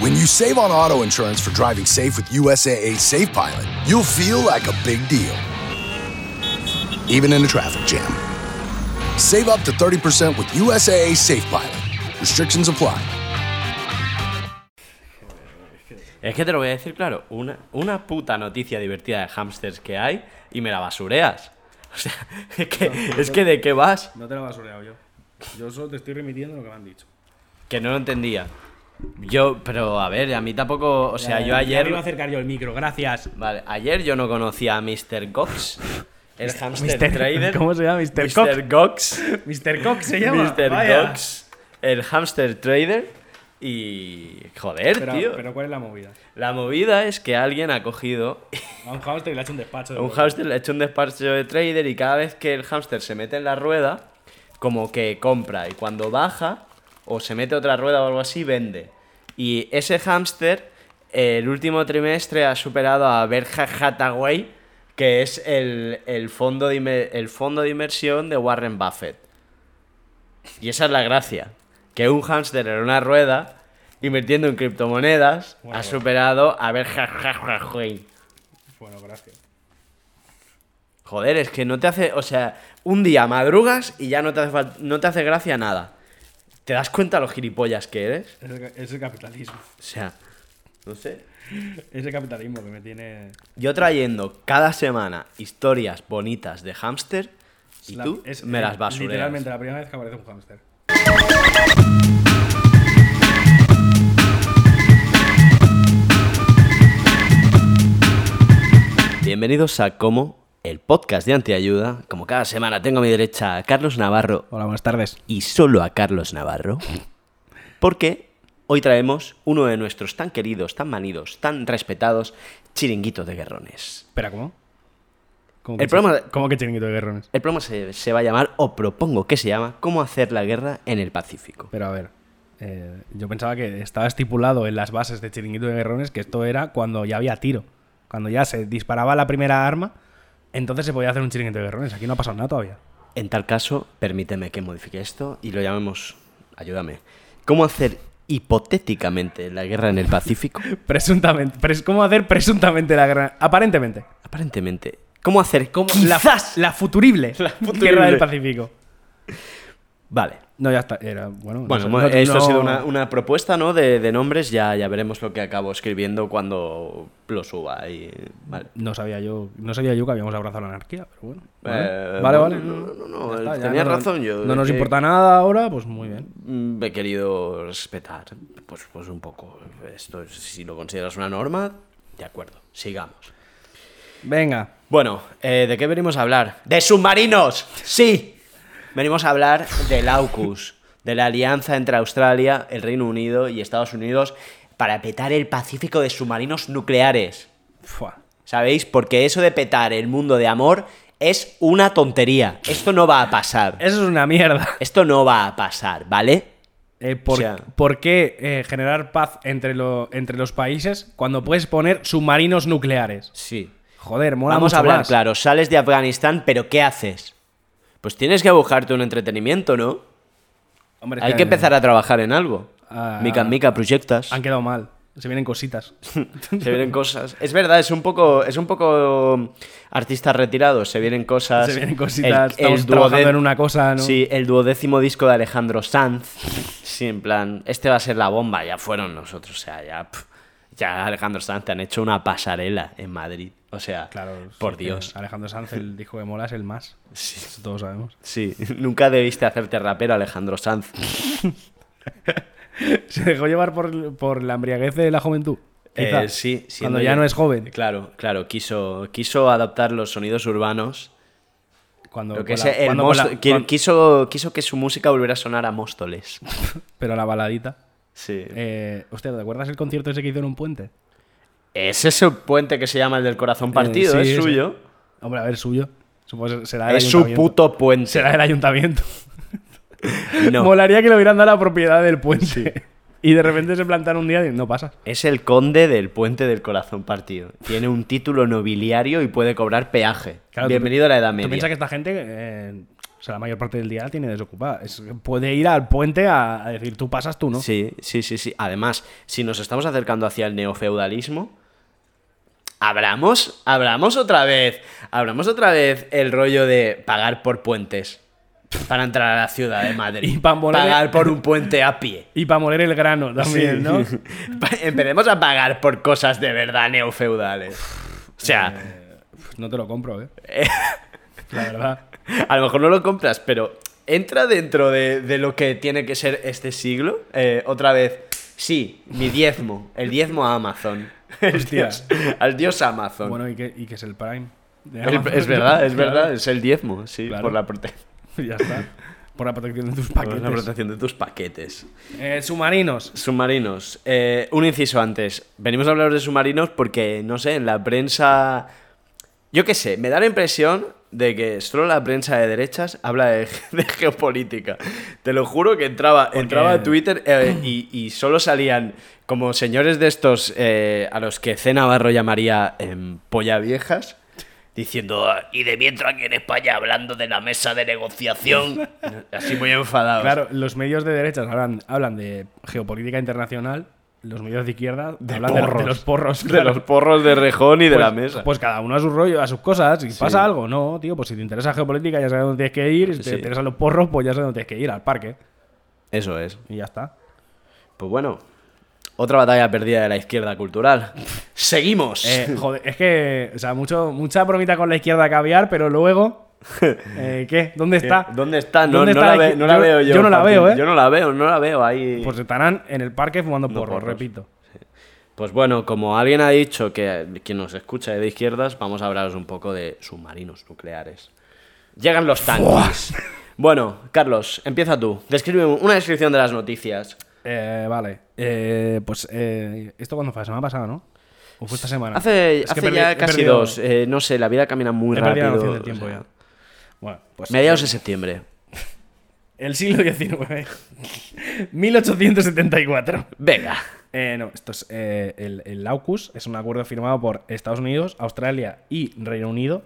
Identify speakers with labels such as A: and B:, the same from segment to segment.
A: When you save on auto insurance for driving safe with USAA Safe Pilot, you'll feel like a big deal, even in a traffic jam. Save up to 30% with USAA Safe Pilot. Restrictions apply.
B: Es que te lo voy a decir claro, una, una puta noticia divertida de hamsters que hay y me la basureas. O sea, es que, es que de qué vas,
C: No te lo he basureado yo. Yo solo te estoy remitiendo lo que me han dicho.
B: que no lo entendía. Yo, pero a ver, a mí tampoco, o sea,
C: Ya,
B: yo
C: ya
B: ayer...
C: me iba a acercar yo el micro, gracias.
B: Vale, ayer yo no conocía a Mr. Gox, el hamster
C: Mr.
B: trader.
C: ¿Cómo se llama? Mr.
B: Mr. Gox.
C: Mr. Cox se llama.
B: Mr.
C: vaya.
B: Gox, el hamster trader. Y... Joder,
C: Pero,
B: tío.
C: pero ¿cuál es la movida?
B: La movida es que alguien ha cogido
C: A un hamster y le ha hecho un despacho. de
B: Un
C: huevos.
B: hámster le ha hecho un despacho de trader y cada vez que el hámster se mete en la rueda, como que compra. Y cuando baja, o se mete otra rueda o algo así, vende. Y ese hámster, eh, el último trimestre ha superado a Berkshire Hathaway, que es el, el fondo de, inver- el fondo de inversión de Warren Buffett. Y esa es la gracia. Que un hámster en una rueda, invirtiendo en criptomonedas,
C: Bueno,
B: ha
C: bueno.
B: superado a Berkshire Hathaway.
C: Bueno, gracias.
B: Joder, es que no te hace. O sea, un día madrugas y ya no te hace, fal- no te hace gracia nada. ¿Te das cuenta lo gilipollas que eres?
C: Es el, es el capitalismo.
B: O sea, no sé.
C: Es el capitalismo que me tiene.
B: Yo trayendo cada semana historias bonitas de hámster y
C: es la-
B: tú
C: es-
B: me
C: es
B: las basureas.
C: Literalmente la primera vez que aparece un hámster.
B: Bienvenidos a Como, el podcast de Antiayuda. Como cada semana tengo a mi derecha a Carlos Navarro
C: Hola, buenas tardes.
B: y solo a Carlos Navarro. Porque hoy traemos uno de nuestros tan queridos, tan manidos, tan respetados chiringuitos de guerrones.
C: Espera, ¿cómo? ¿Cómo
B: El programa-
C: ¿Cómo que chiringuito de guerrones?
B: El programa se, se va a llamar, o propongo que se llama, ¿Cómo hacer la guerra en el Pacífico?
C: Pero a ver, eh, yo pensaba que estaba estipulado en las bases de Chiringuito de Guerrones que esto era cuando ya había tiro. Cuando ya se disparaba la primera arma, entonces se podía hacer un Chiringuito de Guerrones. Aquí no ha pasado nada todavía.
B: En tal caso, permíteme que modifique esto y lo llamemos, ayúdame, ¿Cómo hacer hipotéticamente la guerra en el Pacífico?
C: Presuntamente. pres- ¿Cómo hacer presuntamente la guerra? Aparentemente.
B: Aparentemente. ¿Cómo hacer? ¿Cómo?
C: La,
B: ¡Quizás!
C: la futurible,
B: futurible.
C: guerra del Pacífico.
B: Vale.
C: No, ya está. Era, bueno, no
B: Bueno,
C: sé,
B: mo-
C: no-
B: esto
C: no-
B: ha sido una, una propuesta, ¿no? De, de nombres, ya, ya veremos lo que acabo escribiendo cuando lo suba. Y, vale.
C: No sabía, yo, no sabía yo que habíamos abrazado la anarquía, pero bueno.
B: Eh,
C: Vale, vale.
B: no, no,
C: vale,
B: no, no, no,
C: Ya está, ya
B: tenías
C: no-
B: razón, yo-
C: No nos
B: que-
C: importa nada ahora, pues muy bien.
B: Mm, he querido respetar, pues, pues un poco. Esto, es- si lo consideras una norma, de acuerdo, sigamos.
C: Venga,
B: Bueno, eh, ¿de qué venimos a hablar? ¡De submarinos! ¡Sí! Venimos a hablar del AUKUS, de la alianza entre Australia, el Reino Unido y Estados Unidos para petar el Pacífico de submarinos nucleares.
C: Fua.
B: ¿Sabéis? Porque eso de petar el mundo de amor es una tontería. Esto no va a pasar.
C: Eso es una mierda.
B: Esto no va a pasar, ¿vale?
C: Eh, ¿por,
B: O sea-
C: por qué eh, generar paz entre, lo- entre los países cuando puedes poner submarinos nucleares?
B: Sí.
C: Joder, mola
B: Vamos
C: mucho
B: a hablar,
C: más.
B: claro, sales de Afganistán, pero ¿qué haces? Pues tienes que buscarte un entretenimiento, ¿no?
C: Hombre, es
B: Hay que empezar a trabajar en algo.
C: Ah.
B: mica en mica, proyectas.
C: Han quedado mal. Se vienen cositas.
B: Se vienen cosas. Es verdad, es un poco, es un poco um, artistas retirados. Se vienen cosas.
C: Se vienen cositas, estamos
B: duodé-
C: trabajando en una cosa, ¿no?
B: Sí, el duodécimo disco de Alejandro Sanz. Sí, en plan, este va a ser la bomba. Ya fueron nosotros, o sea, ya. pf, ya Alejandro Sanz te han hecho una pasarela en Madrid. O sea,
C: Claro,
B: por
C: sí, que
B: Dios.
C: Alejandro Sanz, el dijo que mola, es el más. Eso todos sabemos.
B: Sí, nunca debiste hacerte rapero, Alejandro Sanz.
C: Se dejó llevar por, por la embriaguez de la juventud. quizá,
B: Eh, sí, siendo
C: cuando ya
B: yo-
C: no es joven.
B: Claro, claro, quiso, quiso adaptar los sonidos urbanos.
C: Cuando,
B: Lo que
C: con
B: es
C: la-
B: el
C: cuando con la-
B: Mósto- qui-
C: con-
B: quiso, quiso que su música volviera a sonar a Móstoles.
C: Pero la baladita.
B: Sí.
C: Eh, hostia, ¿te acuerdas el concierto ese que hizo en un puente?
B: Es ese puente que se llama el del corazón partido,
C: eh, sí,
B: es
C: ese.
B: suyo.
C: Hombre, a ver, suyo. Supongo que será del
B: Es su
C: ayuntamiento.
B: puto puente.
C: Será el ayuntamiento.
B: No,
C: Molaría que le hubieran dado la propiedad del puente. Y de repente se plantan un día y no pasa.
B: es el conde del puente del corazón partido. Tiene un título nobiliario y puede cobrar peaje.
C: Claro, tú-
B: Bienvenido a la Edad
C: Tú
B: Media.
C: piensas que esta gente eh, O sea, la mayor parte del día la tiene desocupada. Es- puede ir al puente a, a decir, tú pasas, tú no.
B: Sí, sí, sí, sí. Además, si nos estamos acercando hacia el neofeudalismo, abramos, abramos otra vez, abramos otra vez el rollo de pagar por puentes para entrar a la ciudad de Madrid.
C: Y pa' moler-
B: pagar por un puente a pie.
C: Y para moler el grano también,
B: Sí.
C: ¿no? Pues
B: Pa- Empecemos a pagar por cosas de verdad neofeudales. O
C: Eh,
B: sea,
C: Pff, No te lo compro, ¿eh? La verdad.
B: a lo mejor no lo compras, pero entra dentro de, de lo que tiene que ser este siglo. Eh, otra vez, sí, mi diezmo, el diezmo a Amazon. El
C: Hostia.
B: dios, al dios Amazon.
C: Bueno, ¿y qué, y qué es el Prime? de
B: El-
C: Amazon?
B: es verdad, es
C: Claro.
B: verdad, es el diezmo, sí,
C: Claro.
B: por la, prote-
C: Ya está. Por la protección de tus
B: por
C: paquetes.
B: la protección de tus paquetes.
C: Eh, submarinos.
B: Submarinos. Eh, un inciso antes. Venimos a hablar de submarinos porque, no sé, en la prensa. Yo qué sé, me da la impresión de que solo la prensa de derechas habla de, de geopolítica. Te lo juro que entraba, entraba a Twitter eh, y, y solo salían como señores de estos eh, a los que C. Navarro llamaría em, polla viejas. Diciendo, "Ah, y de mientras aquí en España hablando de la mesa de negociación. Así muy enfadados.
C: Claro, los medios de derechas hablan, hablan de geopolítica internacional, los medios de izquierda hablan de- De,
B: porros.
C: los porros.
B: De
C: claro.
B: los porros de Rejón y de
C: Pues-
B: la mesa.
C: Pues cada uno a su rollo, a sus cosas. Y pasa algo, no, tío, pues si te interesa geopolítica ya sabes dónde tienes que ir. y Si te
B: Sí.
C: interesan los porros, pues ya sabes dónde tienes que ir, al parque.
B: Eso es.
C: Y ya está.
B: Pues bueno, otra batalla perdida de la izquierda cultural. Seguimos.
C: Eh, joder, es que, o sea, mucho, mucha bromita con la izquierda caviar, pero luego. eh, ¿Qué? ¿Dónde está?
B: ¿Dónde está? No,
C: ¿Dónde
B: no
C: está
B: la,
C: la
B: ve-
C: izquier-
B: no la
C: yo-
B: veo yo.
C: yo no la
B: Joaquín.
C: veo, ¿eh?
B: Yo no la veo, no la veo ahí.
C: Pues
B: Pues,
C: estarán en el parque fumando porros,
B: porros.
C: repito.
B: Pues bueno, como alguien ha dicho que quien nos escucha es de izquierdas, vamos a hablaros un poco de submarinos nucleares. Llegan los tanques. Bueno, Carlos, empieza tú. Describe una descripción de las noticias.
C: Eh, vale. Eh, pues eh, esto cuando fue la semana pasada, ¿no? ¿O fue esta semana?
B: Hace,
C: Es que
B: hace
C: he perdi-
B: ya
C: he
B: casi
C: perdido-
B: dos. eh, no sé, la vida camina muy
C: he perdido la
B: rápido.
C: noción del
B: o
C: tiempo
B: sea,
C: ya. Bueno, pues
B: Mediados de septiembre.
C: el siglo XIX. 1874.
B: Venga.
C: Eh, no, esto es eh, el, el AUKUS, es un acuerdo firmado por Estados Unidos, Australia y Reino Unido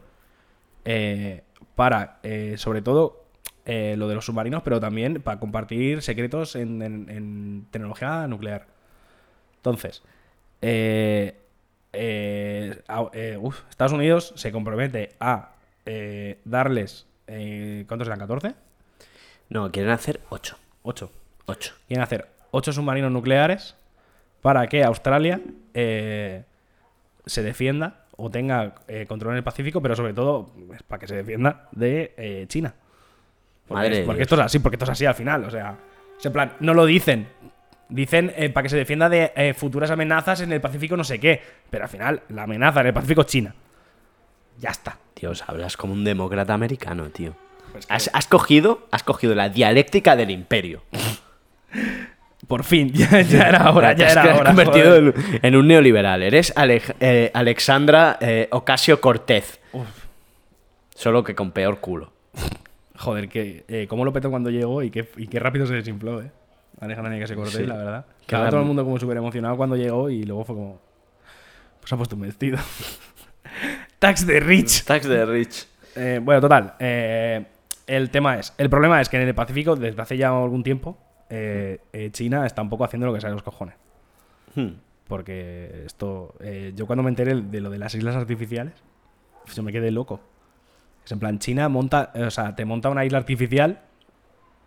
C: eh, para, eh, sobre todo, eh, lo de los submarinos, pero también para compartir secretos en, en- en tecnología nuclear. Entonces, eh, eh, au- eh, uf, Estados Unidos se compromete a eh, darles, eh, ¿cuántos eran? ¿14?
B: No, quieren hacer 8.
C: 8.
B: 8.
C: quieren hacer ocho submarinos nucleares para que Australia eh, se defienda o tenga eh, control en el Pacífico, pero sobre todo pues, para que se defienda de eh, China. Porque,
B: Madre de
C: porque
B: Dios.
C: esto es así, porque esto es así al final. O sea, es en plan, no lo dicen. Dicen eh, para que se defienda de eh, futuras amenazas en el Pacífico, no sé qué. Pero al final, la amenaza en el Pacífico es China. Ya está.
B: Dios, hablas como un demócrata americano, tío.
C: Pues que-
B: Has, has cogido, has cogido la dialéctica del imperio.
C: Por fin, ya, ya era hora,
B: Te
C: ya
B: has
C: era hora.
B: convertido
C: joder.
B: en, en un neoliberal. Eres Alej- eh, Alexandra eh, Ocasio Cortez. Solo que con peor culo.
C: Joder, que, eh, cómo lo petó cuando llegó y qué, y qué rápido se desinfló, ¿eh? Alejandra Nica se cortó,
B: Sí.
C: la verdad.
B: Qué
C: Estaba
B: gran-
C: todo el mundo como súper emocionado cuando llegó y luego fue como... Pues ha puesto un vestido. Tax de Rich.
B: Tax de Rich.
C: Eh, bueno, total. eh, el tema es... El problema es que en el Pacífico, desde hace ya algún tiempo, eh, eh, China está un poco haciendo lo que sale de los cojones.
B: Hmm.
C: Porque esto... eh, yo cuando me enteré de lo de las islas artificiales, pues yo me quedé loco. Es en plan, China monta... eh, O sea, te monta una isla artificial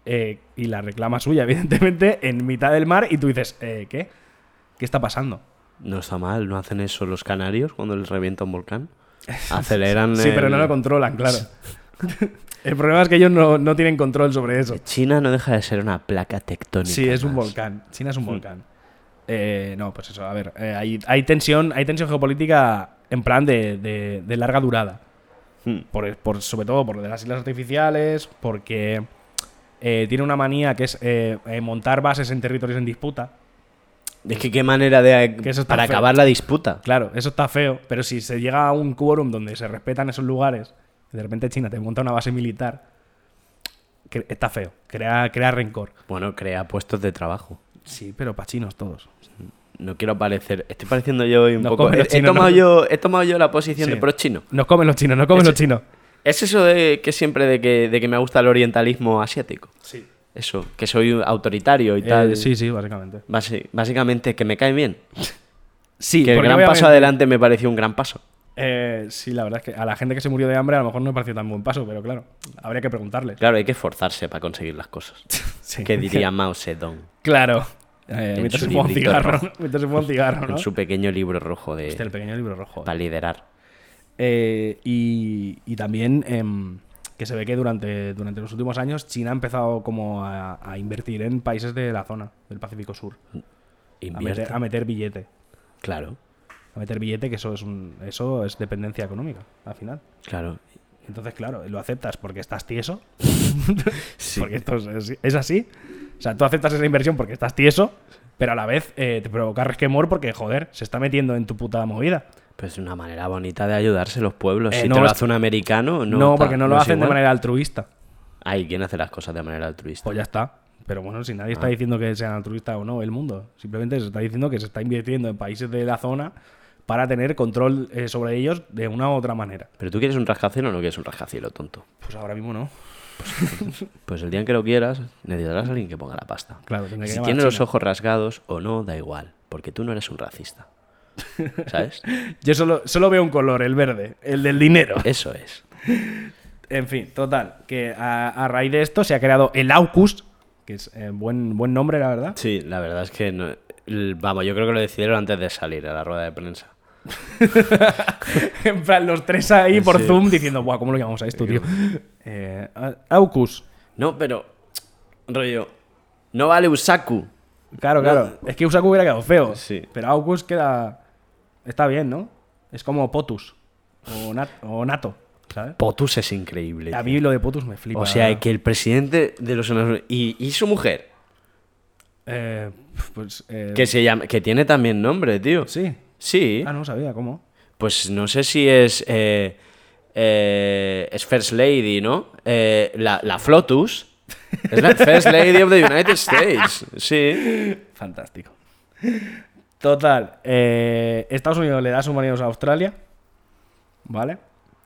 C: eh, y la reclama suya, evidentemente, en mitad del mar y tú dices, eh, ¿qué? ¿Qué está pasando?
B: No está mal, ¿no hacen eso los canarios cuando les revienta un volcán? Aceleran.
C: Sí, pero
B: el-
C: no lo controlan, claro. el problema es que ellos no, no tienen control sobre eso.
B: China no deja de ser una placa tectónica.
C: Sí, es un
B: más.
C: volcán. China es un volcán. Eh, no, pues eso, a ver, eh, hay, hay tensión, hay tensión geopolítica en plan de, de- de larga durada.
B: Hmm.
C: Por, por- sobre todo por lo de las islas artificiales, porque eh, tiene una manía que es eh, eh, montar bases en territorios en disputa.
B: Es que qué manera de.
C: Que eso está
B: para
C: feo.
B: acabar la disputa.
C: Claro, eso está feo, pero si se llega a un quórum donde se respetan esos lugares, y de repente China te monta una base militar, que está feo, crea, crea rencor.
B: Bueno, crea puestos de trabajo.
C: Sí, pero para chinos todos.
B: No quiero parecer. Estoy pareciendo yo hoy un
C: No
B: poco.
C: come
B: He,
C: los
B: he
C: chinos,
B: tomado
C: no.
B: yo, he tomado yo la posición
C: Sí.
B: de pro chino.
C: Nos comen los chinos, nos comen
B: Ese-
C: los chinos.
B: Es eso de que siempre de que, de que me gusta el orientalismo asiático.
C: Sí.
B: Eso, que soy autoritario y tal.
C: Eh, sí, sí, básicamente.
B: Basi- básicamente que me cae bien.
C: Sí,
B: que el
C: porque
B: gran paso
C: obviamente-
B: adelante me pareció un gran paso.
C: Eh, sí, la verdad es que a la gente que se murió de hambre a lo mejor no me pareció tan buen paso, pero claro, habría que preguntarles.
B: Claro, hay que esforzarse para conseguir las cosas.
C: Sí.
B: Que diría Mao Zedong
C: Claro. Eh,
B: En
C: mientras
B: su
C: se fuma un
B: librito
C: cigarro.
B: rojo.
C: Mientras se fuma un cigarro, ¿no?
B: en su pequeño libro rojo de
C: Hostia, el pequeño libro rojo. eh.
B: para liderar.
C: Eh, y, y también em, que se ve que durante, durante los últimos años China ha empezado como a, a invertir en países de la zona, del Pacífico Sur. A
B: Invierte.
C: meter, a meter billete.
B: Claro,
C: A meter billete, que eso es, un, eso es dependencia económica, al final.
B: claro.
C: Entonces, claro, lo aceptas porque estás tieso,
B: Sí.
C: porque esto es, es así. O sea, tú aceptas esa inversión porque estás tieso, pero a la vez eh, te provoca resquemor porque, joder, se está metiendo en tu puta movida.
B: Pues es una manera bonita de ayudarse los pueblos.
C: Eh,
B: si
C: no,
B: te lo
C: es
B: hace un americano, no.
C: No,
B: está-
C: porque no, lo
B: es
C: hacen de
B: igual.
C: manera altruista.
B: Ay, ¿quién hace las cosas de manera altruista?
C: Pues ya está. Pero bueno, si nadie está
B: Ah.
C: diciendo que sean altruistas o no el mundo, simplemente se está diciendo que se está invirtiendo en países de la zona para tener control eh, sobre ellos de una u otra manera.
B: ¿Pero tú quieres un rascacielos o no quieres un rascacielos, tonto?
C: Pues ahora mismo no.
B: Pues el día en que lo quieras, necesitarás a alguien que ponga la pasta.
C: Claro, tendré que
B: si
C: llamar a
B: tiene los
C: China.
B: ojos rasgados o no, da igual, porque tú no eres un racista. ¿Sabes?
C: Yo solo, solo veo un color, el verde, el del dinero.
B: Eso es.
C: En fin, total, que a, a raíz de esto se ha creado el AUKUS, que es eh, buen, buen nombre, la verdad.
B: Sí, la verdad es que no- l- vamos, yo creo que lo decidieron antes de salir a la rueda de prensa.
C: en plan, los tres ahí por
B: Pues Sí.
C: Zoom diciendo, guau, ¿cómo lo llamamos a esto, tío? Eh, a- AUKUS.
B: No, pero rollo, no vale Usaku.
C: Claro, claro. Es que Usaku hubiera quedado feo.
B: Sí.
C: Pero Aukus queda. Está bien, ¿no? Es como Potus. O, Nat- o Nato, ¿sabes?
B: Potus es increíble. tío.
C: A mí lo de Potus me flipa.
B: O sea, que el presidente de los Estados Unidos- y, y su mujer,
C: Eh, pues. eh,
B: que se llama que tiene también nombre, tío.
C: Sí.
B: Sí.
C: Ah, no sabía cómo.
B: Pues no sé si es. eh, eh, es First Lady, ¿no? Eh, la, la Flotus. Es la First Lady of the United States. Sí.
C: Fantástico. Total. eh, Estados Unidos le da submarinos a Australia. ¿Vale?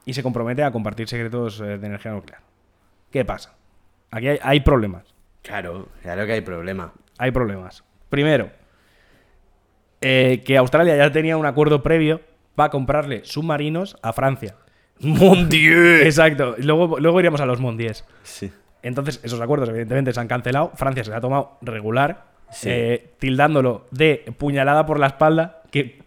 C: Y se compromete a compartir secretos eh, de energía nuclear. ¿Qué pasa? Aquí hay- hay problemas.
B: Claro, claro que hay problema.
C: hay problemas. Primero, eh, que Australia ya tenía un acuerdo previo para comprarle submarinos a Francia.
B: ¡Mon Dieu!
C: Exacto. Luego, luego iríamos a los Mondies.
B: Sí.
C: Entonces, esos acuerdos evidentemente se han cancelado. Francia se la ha tomado regular,
B: Sí.
C: eh, tildándolo de puñalada por la espalda, que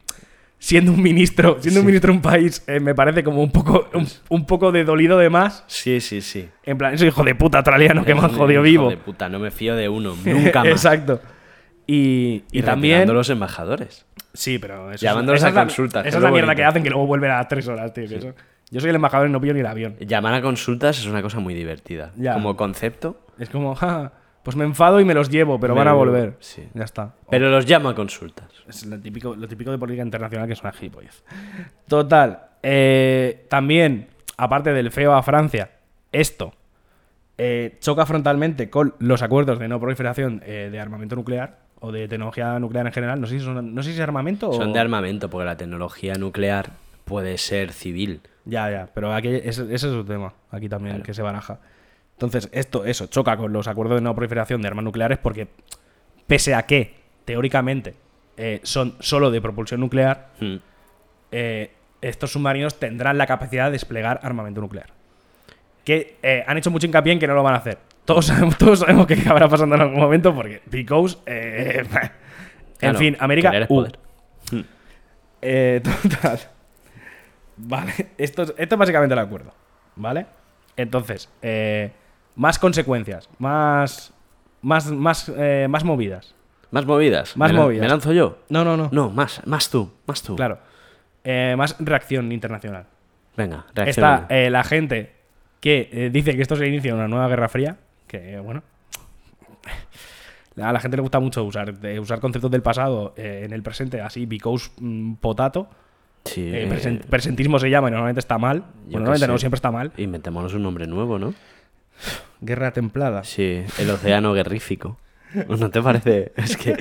C: siendo un ministro, siendo un ministro de un país, eh, me parece como un poco, un, un poco de dolido de más.
B: Sí, sí, sí.
C: En plan, ese hijo de puta australiano que me han
B: Eh, Hijo
C: jodido
B: de
C: vivo.
B: puta, no me fío de uno. Nunca más.
C: Exacto. Y, y,
B: Y,
C: también.
B: también. los embajadores.
C: Sí, pero eso
B: Llamándolos
C: esa
B: a
C: es la-
B: consultas, que
C: Esa
B: es
C: es la
B: lo
C: mierda
B: bonito.
C: que hacen que luego vuelven a las tres horas, tío. que eso- yo soy el embajador y no pillo ni el avión.
B: Llamar a consultas es una cosa muy divertida.
C: Ya.
B: Como concepto.
C: Es como, "Ja, ja, pues me enfado y me los llevo, pero
B: Me
C: van a
B: lo-
C: volver.
B: sí.
C: Ya está.
B: Pero los llama a consultas.
C: Es lo típico, lo típico de política internacional que es una gilipollez. Total. eh, también, aparte del feo a Francia, esto eh, choca frontalmente con los acuerdos de no proliferación eh, de armamento nuclear o de tecnología nuclear en general. No sé si, son- no sé si es armamento o.
B: Son de armamento, porque la tecnología nuclear puede ser civil.
C: Ya, ya, pero aquí es- ese es el tema, aquí también, que se baraja. Entonces, esto, eso, choca con los acuerdos de no proliferación de armas nucleares porque, pese a que, teóricamente, eh, son solo de propulsión nuclear,
B: Mm.
C: eh, estos submarinos tendrán la capacidad de desplegar armamento nuclear. Que eh, han hecho mucho hincapié en que no lo van a hacer. Todos sabemos, todos sabemos que acabará pasando en algún momento porque because... eh, en
B: Claro,
C: fin, América...
B: querer es
C: uh.
B: poder.
C: Eh, total. Vale, esto es, esto es básicamente el acuerdo. ¿Vale? Entonces, eh, más consecuencias, más. Más, más, eh, más movidas.
B: Más movidas.
C: Más
B: me lan-
C: movidas.
B: ¿Me lanzo yo?
C: No, no, no.
B: No, más, más tú, más tú.
C: Claro. Eh, más reacción internacional.
B: Venga,
C: Está
B: reacciona.
C: eh, la gente que eh, dice que esto es el inicio de una nueva guerra fría. Que, eh, bueno. A la gente le gusta mucho usar, de- usar conceptos del pasado eh, en el presente, así, because mm, potato.
B: Sí,
C: Eh,
B: eh,
C: presen- presentismo se llama y normalmente está mal. Bueno,
B: qué
C: normalmente no,
B: sé.
C: siempre está mal.
B: Inventémonos un nombre nuevo, ¿no?
C: Guerra templada.
B: Sí, el océano guerrífico. ¿No te parece? Es que.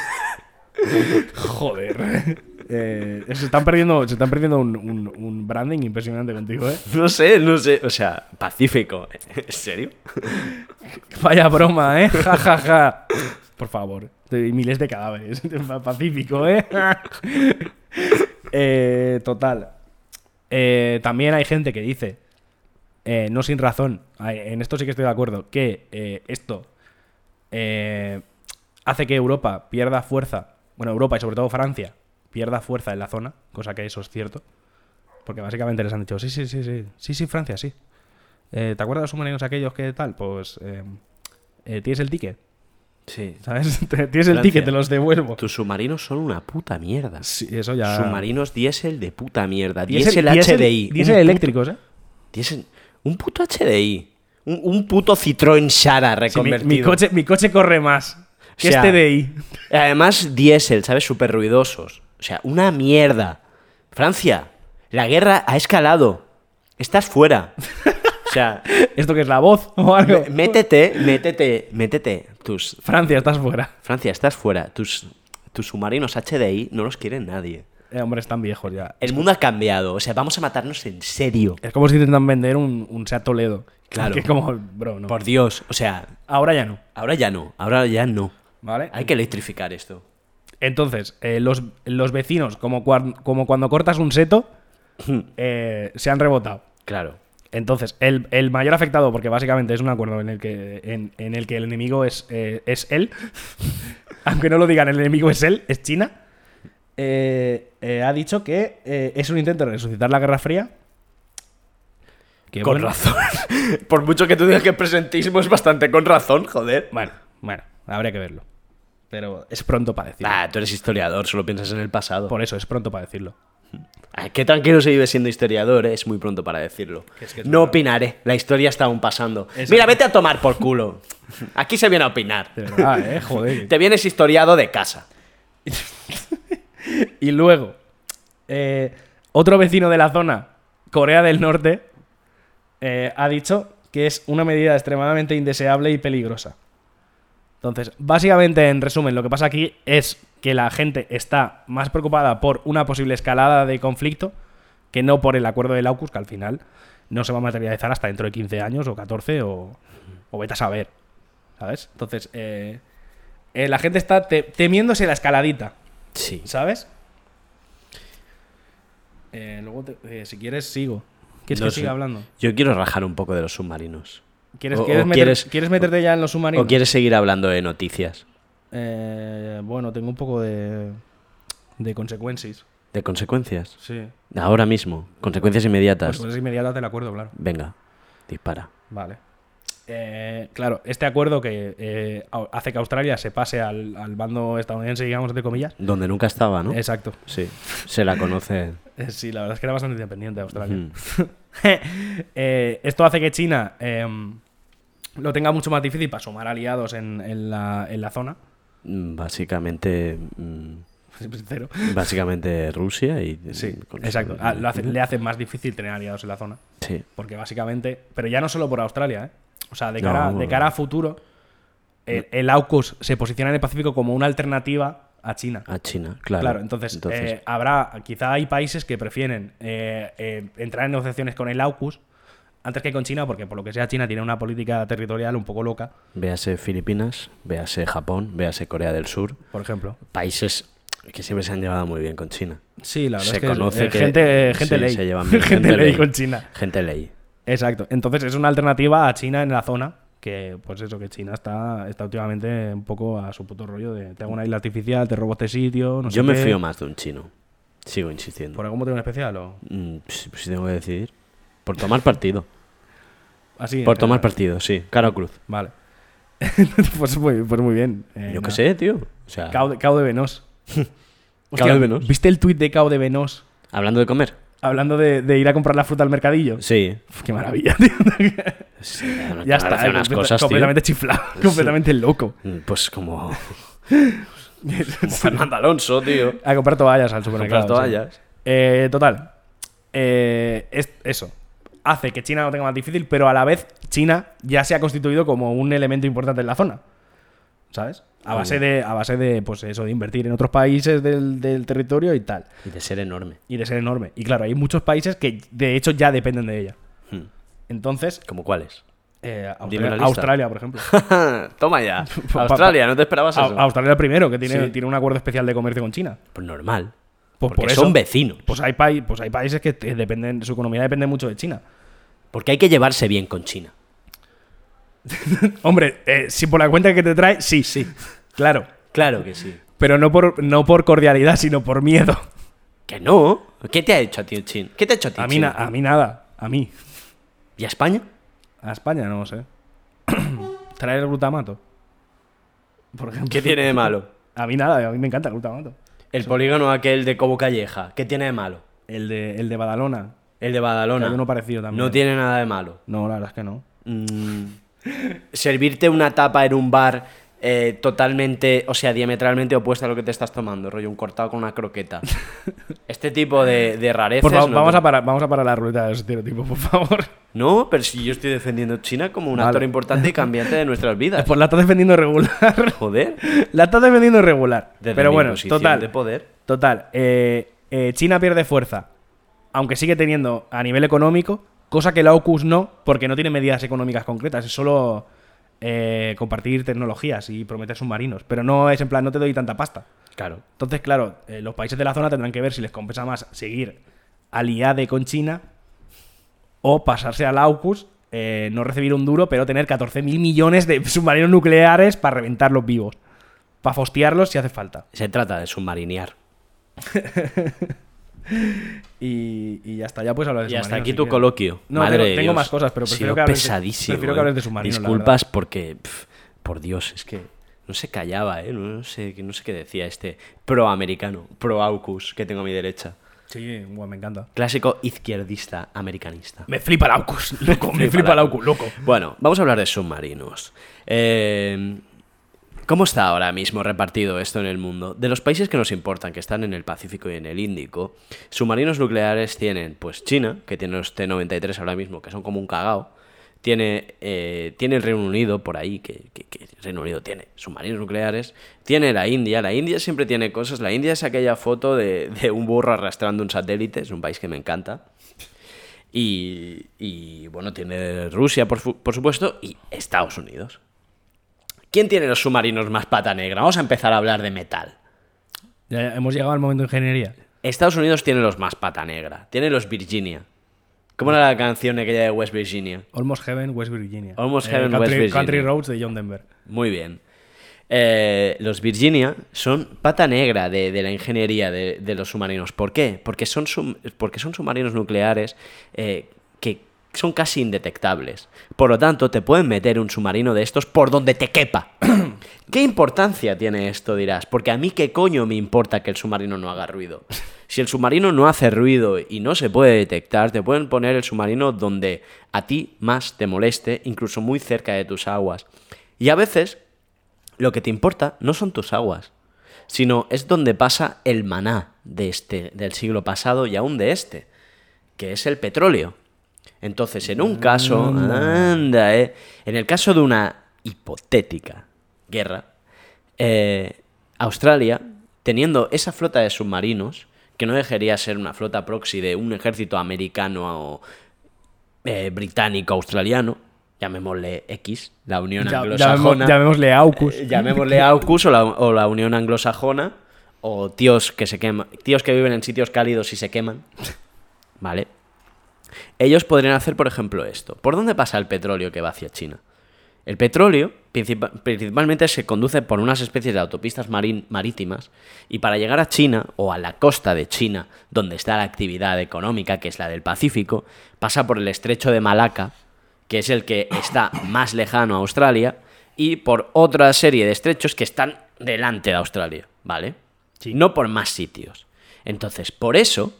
C: Joder. Eh, se están perdiendo, se están perdiendo un, un- un branding impresionante contigo, ¿eh?
B: No sé, no sé. O sea, Pacífico. ¿En serio?
C: Vaya broma, ¿eh? Ja, ja, ja. Por favor. Y miles de cadáveres. Pacífico, ¿eh? Eh, total. Eh, también hay gente que dice, eh, no sin razón, ay, en esto sí que estoy de acuerdo, que eh, esto eh, hace que Europa pierda fuerza, bueno, Europa y sobre todo Francia, pierda fuerza en la zona, cosa que eso es cierto, porque básicamente les han dicho, sí, sí, sí, sí, sí, sí, Francia, sí. Eh, ¿Te acuerdas de los submarinos aquellos que tal? Pues eh, eh, tienes el ticket,
B: Sí.
C: ¿sabes? tienes el
B: Francia.
C: ticket, te los devuelvo.
B: Tus submarinos son una puta mierda.
C: Sí, eso ya...
B: Submarinos diésel de puta mierda.
C: Diésel-
B: Diésel,
C: diésel-
B: HDI. un
C: Diésel
B: puto-
C: eléctricos, ¿eh?
B: diésel- un puto HDI. Un, un puto Citroën Shara
C: Sí, mi,
B: reconvertido.
C: mi coche, mi coche corre más que
B: O sea,
C: este DI.
B: Además, diésel, ¿sabes? Súper ruidosos. O sea, una mierda. Francia, la guerra ha escalado. Estás fuera. O sea,
C: ¿Esto que es la voz o algo?
B: me- métete, métete, métete. Tus.
C: Francia, estás fuera.
B: Francia, estás fuera. Tus, tus submarinos HDI no los quiere nadie.
C: Eh, hombre, están viejos ya.
B: El mundo ha cambiado. O sea, vamos a matarnos en serio.
C: Es como si intentan vender un, un Seat Toledo.
B: Claro.
C: Que es como, bro, no.
B: Por Dios. O sea,
C: Ahora ya no.
B: ahora ya no. Ahora ya no.
C: ¿Vale?
B: Hay que electrificar esto.
C: Entonces, eh, los, los vecinos, como, cuan- como cuando cortas un seto, eh, se han rebotado.
B: Claro.
C: Entonces, el, el mayor afectado, porque básicamente es un acuerdo en el que, en, en el, que el enemigo es, eh, es él, aunque no lo digan, el enemigo es él, es China, eh, eh, ha dicho que eh, es un intento de resucitar la Guerra Fría. Que
B: Con
C: bueno,
B: razón. Por mucho que tú digas que presentismo es bastante con razón, joder.
C: Bueno, bueno, habría que verlo. Pero es pronto para decirlo.
B: Ah, tú eres historiador, solo piensas en el pasado.
C: Por eso, es pronto para decirlo.
B: Ah, qué tranquilo se vive siendo historiador, eh, es muy pronto para decirlo.
C: es que es
B: no
C: verdad.
B: opinaré, la historia está aún pasando.
C: Exacto.
B: Mira, vete a tomar por culo. Aquí se viene a opinar.
C: De verdad, eh, joder.
B: Te vienes historiado de casa.
C: Y luego, eh, otro vecino de la zona, Corea del Norte, eh, ha dicho que es una medida extremadamente indeseable y peligrosa. Entonces, básicamente, en resumen, lo que pasa aquí es que la gente está más preocupada por una posible escalada de conflicto que no por el acuerdo del AUKUS, que al final no se va a materializar hasta dentro de 15 años o 14 o, o vete a saber. ¿Sabes? Entonces, eh, eh, la gente está te- temiéndose la escaladita.
B: Sí.
C: ¿Sabes? Eh, luego, te- eh, si quieres, sigo. ¿Quieres
B: No
C: que
B: sé.
C: siga hablando?
B: Yo quiero rajar un poco de los submarinos.
C: ¿Quieres,
B: O-
C: quieres,
B: o
C: meter-
B: quieres-
C: quieres meterte ya en los submarinos?
B: ¿O quieres seguir hablando de noticias?
C: Eh, bueno, tengo un poco de, de consecuencias.
B: ¿De consecuencias?
C: Sí.
B: Ahora mismo. Consecuencias inmediatas.
C: Consecuencias inmediatas del acuerdo, claro.
B: Venga, dispara.
C: Vale. Eh, claro, este acuerdo que eh, au- hace que Australia se pase al, al bando estadounidense, digamos, entre comillas.
B: Donde nunca estaba, ¿no?
C: Exacto.
B: Sí. Se la conoce.
C: Eh, Sí, la verdad es que era bastante independiente Australia.
B: Mm.
C: Eh, esto hace que China em, lo tenga mucho más difícil para sumar aliados en, en la, en la zona.
B: Mm, Básicamente. mm,
C: Sincero.
B: Básicamente Rusia y. mm,
C: Sí,
B: con-
C: exacto. Ah, lo hace- le hace más difícil tener aliados en la zona.
B: Sí.
C: Porque básicamente. Pero ya no solo por Australia, ¿eh? O sea, de
B: No,
C: cara, de
B: bueno.
C: cara a futuro, el, el AUKUS se posiciona en el Pacífico como una alternativa a China.
B: A China, claro.
C: Claro, entonces, eh, habrá, quizá hay países que prefieren eh, eh, entrar en negociaciones con el AUKUS antes que con China, porque por lo que sea China tiene una política territorial un poco loca,
B: Véase Filipinas, véase Japón, véase Corea del Sur.
C: por ejemplo.
B: Países que siempre se han llevado muy bien con China.
C: Sí, la
B: se conoce que.
C: eh, gente, gente
B: sí,
C: ley.
B: se llevan bien.
C: gente, ley, con China.
B: Gente ley.
C: Exacto. Entonces es una alternativa a China en la zona, que pues eso, que China está, está últimamente un poco a su puto rollo de te hago una isla artificial, te robo este sitio, no sé
B: Yo me
C: qué.
B: fío más de un chino. Sigo insistiendo.
C: ¿Por algún motivo en especial o...?
B: Mm, Si si tengo que decidir. Por tomar partido.
C: Así, en
B: Por tomar
C: general.
B: partido, sí. Caro Cruz.
C: Vale. pues, muy, pues muy bien. Eh,
B: Yo
C: nada.
B: qué sé, tío. O sea,
C: Cao de, Cao de Venós.
B: Cao de Venós.
C: ¿Viste el tuit de Cao de Venós
B: hablando de comer.
C: hablando de, de ir a comprar la fruta al mercadillo?
B: Sí.
C: Uf, Qué maravilla, tío.
B: Sí, no te
C: ya está,
B: agradece unas
C: completa-
B: cosas, tío.
C: completamente chiflado, completamente loco.
B: Mm, Pues como. como Fernando Alonso, tío.
C: A comprar toallas al supermercado.
B: Comprar
C: sí.
B: toallas.
C: Eh, total. Eh, es- eso. Hace que China lo tenga más difícil, pero a la vez China ya se ha constituido como un elemento importante en la zona. ¿Sabes? A base de, a base de, pues eso, de invertir en otros países del, del territorio y tal.
B: Y de ser enorme.
C: Y de ser enorme. Y claro, hay muchos países que de hecho ya dependen de ella.
B: Hmm.
C: Entonces,
B: ¿Como cuáles?
C: eh,
B: Dime la lista.
C: Australia, Australia, por ejemplo.
B: Toma ya. Australia, ¿no te esperabas
C: Au-
B: eso?
C: Australia primero, que tiene,
B: Sí.
C: tiene un acuerdo especial de comercio con China.
B: Pues normal.
C: Pues
B: porque
C: por eso,
B: son vecinos.
C: Pues hay, pai- pues hay países que te- dependen, su economía depende mucho de China.
B: Porque hay que llevarse bien con China.
C: Hombre, eh, si por la cuenta que te trae, sí, sí. Claro.
B: Claro que sí.
C: Pero no por, no por cordialidad, sino por miedo.
B: Que no. ¿Qué te ha hecho a ti China? ¿Qué te ha hecho a ti
C: A mí,
B: China?
C: na- a mí nada. A mí.
B: ¿Y a España?
C: A España no lo sé. Traer el glutamato. Por ejemplo.
B: ¿Qué tiene de malo?
C: A mí nada, a mí me encanta el glutamato.
B: El polígono aquel de Cobo Calleja. ¿Qué tiene de malo?
C: El de, el de Badalona.
B: El de Badalona.
C: Hay uno parecido también.
B: No tiene nada de malo.
C: No, la verdad es que no.
B: Mm, Servirte una tapa en un bar eh, totalmente, o sea, diametralmente opuesta a lo que te estás tomando, rollo, un cortado con una croqueta. Este tipo de, de rarezas.
C: Por favor,
B: no
C: vamos,
B: te-
C: a parar, vamos a parar la ruleta de los estereotipos, por favor.
B: No, pero si yo estoy defendiendo a China como un
C: Vale.
B: actor importante y cambiante de nuestras vidas.
C: Pues la estás defendiendo regular.
B: Joder.
C: la estás defendiendo irregular.
B: Desde
C: Pero
B: mi
C: bueno,
B: posición
C: total.
B: De poder.
C: Total, eh, eh, China pierde fuerza, aunque sigue teniendo a nivel económico, cosa que la Ocus no, porque no tiene medidas económicas concretas, es solo eh, compartir tecnologías y prometer submarinos, pero no es en plan, no te doy tanta pasta.
B: Claro.
C: Entonces, claro, eh, los países de la zona tendrán que ver si les compensa más seguir aliade con China o pasarse a la AUKUS, eh, no recibir un duro, pero tener 14.000 millones de submarinos nucleares para reventarlos vivos, para fostearlos si hace falta.
B: Se trata de submarinear.
C: Y, y ya está, ya puedes hablar de
B: Y hasta
C: submarinos,
B: aquí
C: si
B: tu
C: quieres.
B: coloquio.
C: No,
B: Madre
C: tengo,
B: de
C: tengo
B: Dios.
C: más cosas, pero
B: He
C: prefiero
B: sido
C: que hables, de,
B: pesadísimo,
C: prefiero
B: eh.
C: que hables de submarinos. la
B: Disculpas porque, pf, por Dios, es que no se callaba, ¿eh? No sé, no sé qué decía este proamericano, pro-AUKUS que tengo a mi derecha.
C: verdad. Sí, guau, me encanta.
B: Clásico izquierdista americanista.
C: Me flipa el AUKUS, loco, me flipa el AUKUS, loco.
B: Bueno, vamos a hablar de submarinos. Eh, ¿Cómo está ahora mismo repartido esto en el mundo? De los países que nos importan, que están en el Pacífico y en el Índico, submarinos nucleares tienen, pues China, que tiene los T-93 ahora mismo, que son como un cagao. Tiene, eh, tiene el Reino Unido por ahí, que, que- que el Reino Unido tiene submarinos nucleares. Tiene la India, la India siempre tiene cosas. La India es aquella foto de, de un burro arrastrando un satélite, es un país que me encanta. Y, y, bueno, tiene Rusia, por, fu- por supuesto, y Estados Unidos. ¿Quién tiene los submarinos más pata negra? Vamos a empezar a hablar de metal.
C: Ya, ya, hemos llegado al momento de ingeniería.
B: Estados Unidos tiene los más pata negra. Tiene los Virginia. ¿Cómo era la canción aquella de West Virginia?
C: Almost Heaven, West Virginia. Eh,
B: Almost Heaven,
C: country,
B: West Virginia.
C: Country Roads de John Denver.
B: Muy bien. Eh, los Virginia son pata negra de, de la ingeniería de, de los submarinos. ¿Por qué? Porque son, sum- porque son submarinos nucleares eh, que son casi indetectables. Por lo tanto, te pueden meter un submarino de estos por donde te quepa. ¿Qué importancia tiene esto, dirás? Porque a mí qué coño me importa que el submarino no haga ruido. Si el submarino no hace ruido y no se puede detectar, te pueden poner el submarino donde a ti más te moleste, incluso muy cerca de tus aguas. Y a veces lo que te importa no son tus aguas, sino es donde pasa el maná de este, del siglo pasado y aún de este, que es el petróleo. Entonces, en un caso, anda, eh, en el caso de una hipotética guerra, eh, Australia, teniendo esa flota de submarinos, que no dejaría ser una flota proxy de un ejército americano o eh, británico-australiano, llamémosle X, la Unión
C: Ya-
B: Anglosajona.
C: llamemos- llamémosle AUKUS.
B: Eh, llamémosle AUKUS o la, o la Unión Anglosajona o tíos que se queman, tíos que viven en sitios cálidos y se queman. ¿Vale? Ellos podrían hacer, por ejemplo, esto. ¿Por dónde pasa el petróleo que va hacia China? El petróleo princip- principalmente se conduce por unas especies de autopistas marín- marítimas y para llegar a China o a la costa de China, donde está la actividad económica, que es la del Pacífico, pasa por el estrecho de Malaca, que es el que está más lejano a Australia, y por otra serie de estrechos que están delante de Australia, ¿vale? No por más sitios. Entonces, por eso,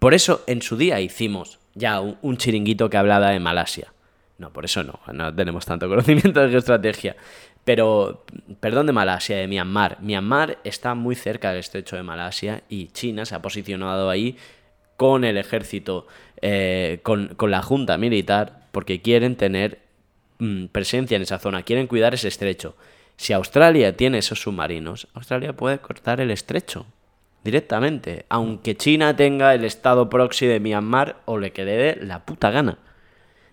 B: por eso en su día hicimos ya un, un chiringuito que hablaba de Malasia. No, por eso no, no tenemos tanto conocimiento de geoestrategia. Pero, perdón de Malasia, de Myanmar. Myanmar está muy cerca del estrecho de Malasia y China se ha posicionado ahí con el ejército, eh, con, con la junta militar, porque quieren tener mm, presencia en esa zona, quieren cuidar ese estrecho. Si Australia tiene esos submarinos, Australia puede cortar el estrecho directamente, aunque China tenga el estado proxy de Myanmar o le que le dé la puta gana.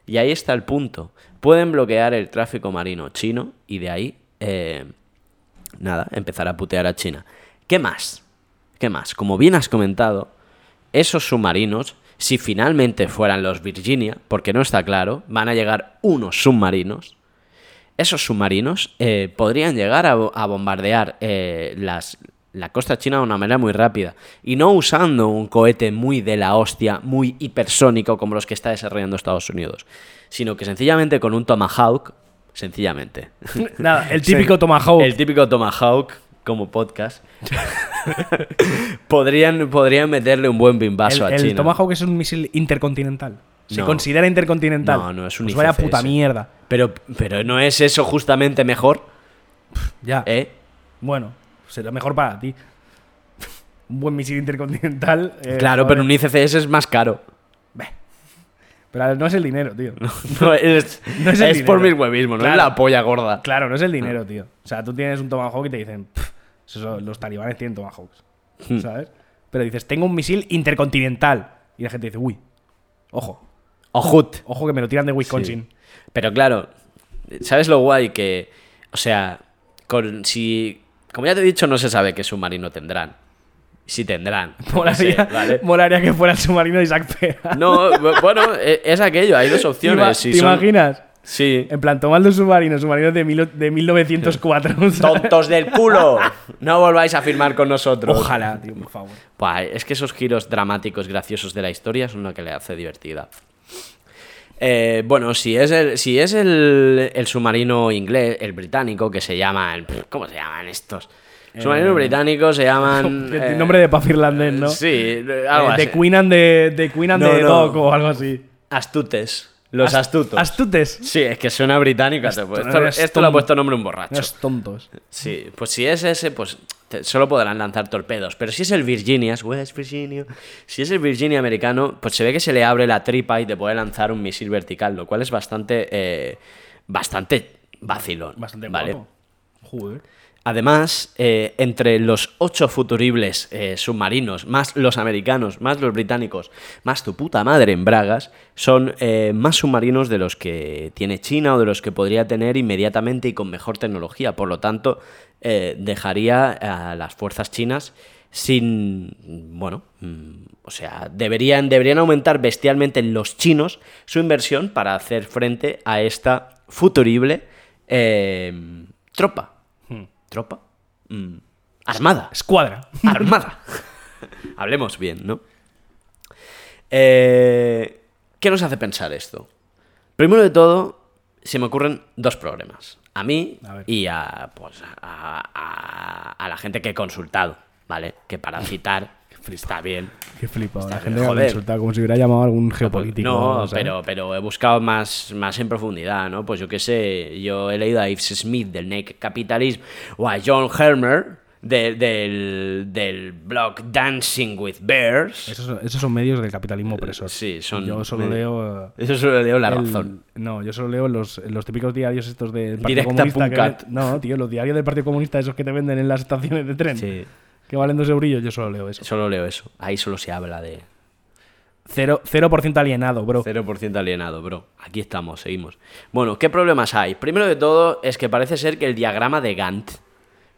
B: Y ahí está el punto. Pueden bloquear el tráfico marino chino y de ahí, eh, nada, empezar a putear a China. ¿Qué más? ¿Qué más? Como bien has comentado, esos submarinos, si finalmente fueran los Virginia, porque no está claro, van a llegar unos submarinos, esos submarinos eh, podrían llegar a, bo- a bombardear eh, las, la costa china de una manera muy rápida. Y no usando un cohete muy de la hostia, muy hipersónico como los que está desarrollando Estados Unidos, sino que sencillamente con un Tomahawk, sencillamente,
C: Nada, el típico Tomahawk.
B: el típico Tomahawk como podcast, podrían, podrían meterle un buen bimbazo
C: El-
B: a
C: el
B: China.
C: Tomahawk es un misil intercontinental. Se
B: No.
C: considera intercontinental.
B: No, no, es un
C: Pues vaya
B: ICFS.
C: puta mierda.
B: Pero, pero no es eso justamente mejor,
C: Ya.
B: ¿eh?
C: Bueno, será mejor para ti. Un buen misil intercontinental. eh,
B: Claro,
C: joder.
B: pero un ICCS es más caro.
C: Pero no es el dinero, tío.
B: No, es,
C: No es el
B: es
C: dinero.
B: por mi huevismo, no
C: Claro.
B: es la polla gorda.
C: Claro, no es el
B: Ah.
C: dinero, tío. O sea, tú tienes un Tomahawk y te dicen, "Pff, pues eso son- los talibanes tienen Tomahawks.
B: Hmm.
C: ¿Sabes? Pero dices, tengo un misil intercontinental. Y la gente dice, uy, ojo,
B: Ojut.
C: ojo que me lo tiran de Wisconsin.
B: Pero claro, ¿sabes lo guay que. O sea, con, si. Como ya te he dicho, no se sabe qué submarino tendrán. Si tendrán. no sé,
C: Molaría,
B: ¿vale?
C: molaría que fuera el submarino de Isaac Pera.
B: No, bu- bueno, e- es aquello, hay dos
C: ¿Te, ima-
B: opciones. si
C: te
B: son-
C: imaginas?
B: Sí.
C: En plan, tomando un submarino, submarino de, mil- de 1904. ¿sabes?
B: ¡Tontos del culo! No volváis a firmar con nosotros.
C: Ojalá, tío, por favor.
B: Buah, es que esos giros dramáticos, graciosos de la historia son lo que le hace divertida. Eh, bueno, si es, el, si es el, el submarino inglés, el británico, que se llaman. pf, ¿Cómo se llaman estos? Submarinos británicos se llaman.
C: Eh, El
B: eh,
C: nombre de pub irlandés, ¿no?
B: Sí, eh, algo
C: Eh,
B: así.
C: The Queen and the, the Queen and
B: No,
C: the
B: no.
C: Dog o algo así.
B: Astutes. Los
C: Ast-
B: astutos.
C: Astutes.
B: sí, es que suena británico. Esto,
C: eres
B: esto lo ha
C: tonto.
B: puesto nombre un borracho.
C: Unos tontos.
B: Sí, pues si es ese, pues te- solo podrán lanzar torpedos. Pero si es el Virginia, es West Virginia, si es el Virginia americano, pues se ve que se le abre la tripa y te puede lanzar un misil vertical, lo cual es bastante, eh, bastante vacilón.
C: Bastante
B: ¿vale?
C: guapo. Joder.
B: Además, eh, entre los ocho futuribles eh, submarinos, más los americanos, más los británicos, más tu puta madre en Bragas, son eh, más submarinos de los que tiene China o de los que podría tener inmediatamente y con mejor tecnología. Por lo tanto, eh, dejaría a las fuerzas chinas sin. Bueno, mm, o sea, deberían, deberían aumentar bestialmente los chinos su inversión para hacer frente a esta futurible eh, tropa. ¿Tropa? Mm, Armada.
C: Escuadra.
B: Armada. Hablemos bien, ¿no? Eh, ¿Qué nos hace pensar esto? Primero de todo, se me ocurren dos problemas. A mí
C: A ver.
B: y a, pues, a, a- a la gente que he consultado, ¿vale? Que para citar está bien.
C: Qué flipa. La
B: bien,
C: gente me ha
B: joder.
C: insultado como si hubiera llamado a algún geopolítico.
B: No,
C: ¿sabes?
B: pero, pero he buscado más, más en profundidad, ¿no? Pues yo qué sé, yo he leído a Yves Smith del Naked Capitalism o a John Helmer de- del, del blog Dancing with Bears.
C: Esos, son- esos son medios del capitalismo opresor.
B: Sí, son-
C: Yo solo
B: me-
C: leo. eh,
B: Eso solo leo la
C: el-
B: razón.
C: No, yo solo leo los, los típicos diarios estos del Partido
B: Directa
C: Comunista. que
B: Puncat.
C: ven- no, tío, los diarios del Partido Comunista, esos que te venden en las estaciones de tren.
B: Sí.
C: Que valen dos eurillos, yo solo leo eso.
B: Solo leo eso. Ahí solo se habla de
C: Cero, 0% alienado, bro.
B: 0% alienado, bro. Aquí estamos, seguimos. Bueno, ¿qué problemas hay? Primero de todo es que parece ser que el diagrama de Gantt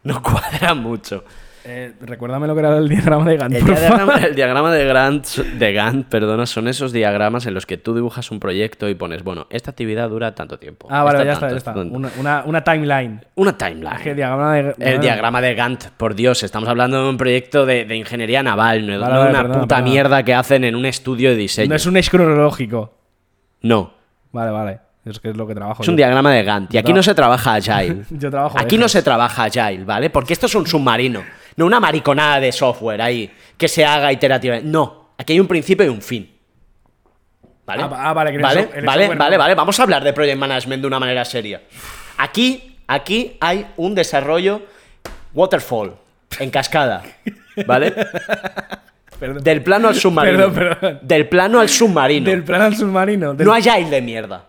B: no cuadra mucho.
C: Eh, recuérdame lo que era el diagrama de Gantt,
B: El
C: por favor.
B: diagrama, el diagrama de, Gantt, de Gantt, perdona, son esos diagramas en los que tú dibujas un proyecto y pones, bueno, esta actividad dura tanto tiempo.
C: Ah, vale,
B: esta
C: ya está,
B: tanto,
C: ya está.
B: esta tanto.
C: Una, una, una timeline.
B: Una
C: Es que Ah.
B: timeline.
C: diagrama de...
B: El diagrama de Gantt, por Dios, estamos hablando de un proyecto de, de ingeniería naval, no de
C: Vale, vale,
B: una
C: perdona,
B: puta
C: perdona.
B: mierda que hacen en un estudio de diseño.
C: No es un ex cronológico.
B: No,
C: Vale, vale. Es que es lo que trabajo.
B: es un
C: yo.
B: diagrama de Gantt. Y aquí no se trabaja Agile.
C: Yo trabajo
B: Aquí no
C: ejes.
B: se trabaja Agile, ¿vale? Porque esto es un submarino, no una mariconada de software ahí que se haga iterativamente. No, aquí hay un principio y un fin. ¿Vale?
C: Ah, va- ah, vale, que en el
B: ¿Vale?
C: so- en el
B: ¿Vale?
C: software
B: ¿Vale?
C: no.
B: ¿Vale? Vamos a hablar de Project Management de una manera seria. Aquí, aquí hay un desarrollo waterfall, en cascada. ¿Vale?
C: Perdón.
B: Del plano al submarino.
C: Perdón, perdón.
B: Del plano al submarino.
C: Del plan al submarino. del-
B: No hay agile de mierda.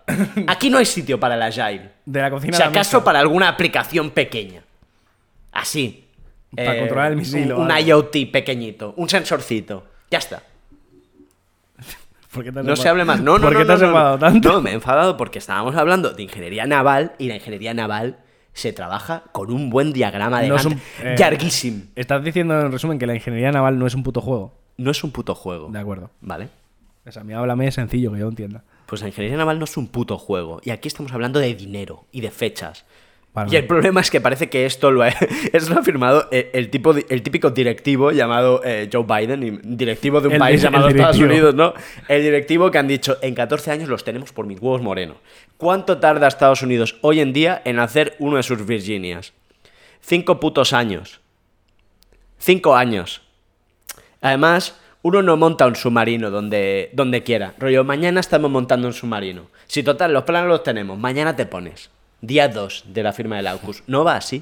B: Aquí no hay sitio para el agile.
C: De la cocina
B: Si
C: a la
B: acaso
C: mesa.
B: para alguna aplicación pequeña. Así. Eh,
C: Para controlar el misil o
B: Un, un
C: algo.
B: IoT pequeñito. Un sensorcito. Ya está.
C: ¿Por qué te has
B: No se
C: enfadado?
B: hable más. No, no,
C: ¿Por
B: no,
C: qué te
B: no,
C: has
B: no,
C: enfadado
B: no.
C: tanto?
B: No, me he enfadado porque estábamos hablando de ingeniería naval y la ingeniería naval se trabaja con un buen diagrama de
C: No es
B: Gantt
C: un- eh,
B: larguísimo.
C: Estás diciendo en resumen que la ingeniería naval no es un puto juego.
B: No es un puto juego.
C: De acuerdo.
B: ¿Vale?
C: O sea, a mí háblame sencillo, que yo entienda.
B: Pues la ingeniería naval no es un puto juego. Y aquí estamos hablando de dinero y de fechas.
C: Vale.
B: Y el problema es que parece que esto lo ha, es lo ha firmado eh, el, tipo, di- el típico directivo llamado eh, Joe Biden, y directivo de un
C: El
B: país
C: di-
B: llamado
C: el
B: Estados
C: directivo.
B: Unidos, ¿no? El directivo que han dicho, en 14 años los tenemos por mis huevos morenos. ¿Cuánto tarda Estados Unidos hoy en día en hacer uno de sus Virginias? Cinco putos años. Cinco años. Además, uno no monta un submarino donde, donde quiera. Rollo, mañana estamos montando un submarino. Si total, los planos los tenemos, mañana te pones. Día 2 de la firma del AUKUS. No va así.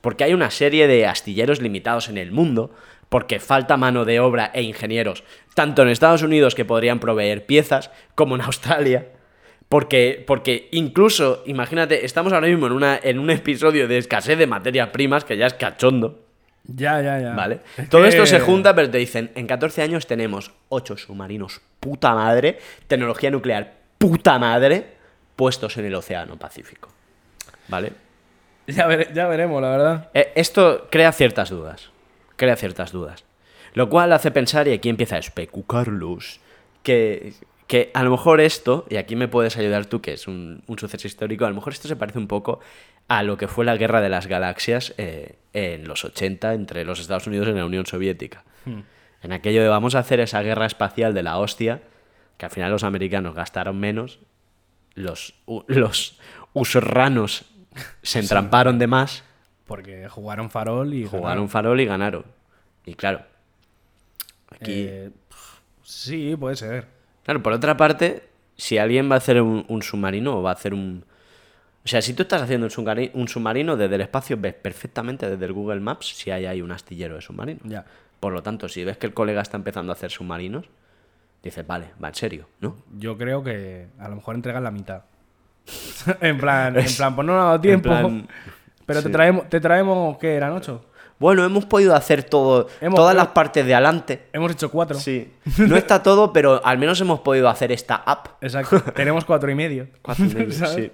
B: Porque hay una serie de astilleros limitados en el mundo, porque falta mano de obra e ingenieros, tanto en Estados Unidos que podrían proveer piezas, como en Australia. Porque, porque incluso, imagínate, estamos ahora mismo en, una, en un episodio de escasez de materias primas, que ya es cachondo.
C: Ya, ya, ya.
B: ¿Vale?
C: Es
B: Todo
C: que-
B: esto se junta, pero te dicen, en 14 años tenemos 8 submarinos, puta madre, tecnología nuclear, puta madre, puestos en el Océano Pacífico. ¿Vale?
C: Ya, vere- ya veremos, la verdad.
B: Eh, Esto crea ciertas dudas, crea ciertas dudas. Lo cual hace pensar, y aquí empieza a especucarlos, que, que a lo mejor esto, y aquí me puedes ayudar tú, que es un, un suceso histórico, a lo mejor esto se parece un poco a lo que fue la Guerra de las Galaxias eh, en los 80 entre los Estados Unidos y la Unión Soviética. En aquello de vamos a hacer esa guerra espacial de la hostia, que al final los americanos gastaron menos, los, u- los usurranos se entramparon de más
C: Porque jugaron farol y.
B: jugaron farol y ganaron. Y claro, aquí.
C: Eh, pf, sí, puede ser.
B: Claro, por otra parte, si alguien va a hacer un, un submarino o va a hacer un. O sea, si tú estás haciendo un submarino, un submarino desde el espacio, ves perfectamente desde el Google Maps si hay ahí un astillero de submarino.
C: Ya.
B: Por lo tanto, si ves que el colega está empezando a hacer submarinos, dices, vale, va en serio, ¿no?
C: Yo creo que a lo mejor entregan la mitad. en plan, en plan, pues no nos ha dado tiempo.
B: plan,
C: pero te
B: sí.
C: traemos, te traemos, ¿qué eran? ¿Ocho?
B: Bueno, hemos podido hacer todo,
C: Hemos-
B: todas las
C: hemos-
B: partes de adelante.
C: Hemos hecho cuatro.
B: Sí. No está todo, pero al menos hemos podido hacer esta app.
C: Exacto. Tenemos cuatro y medio.
B: Cuatro y medio,
C: ¿Sabes?
B: sí.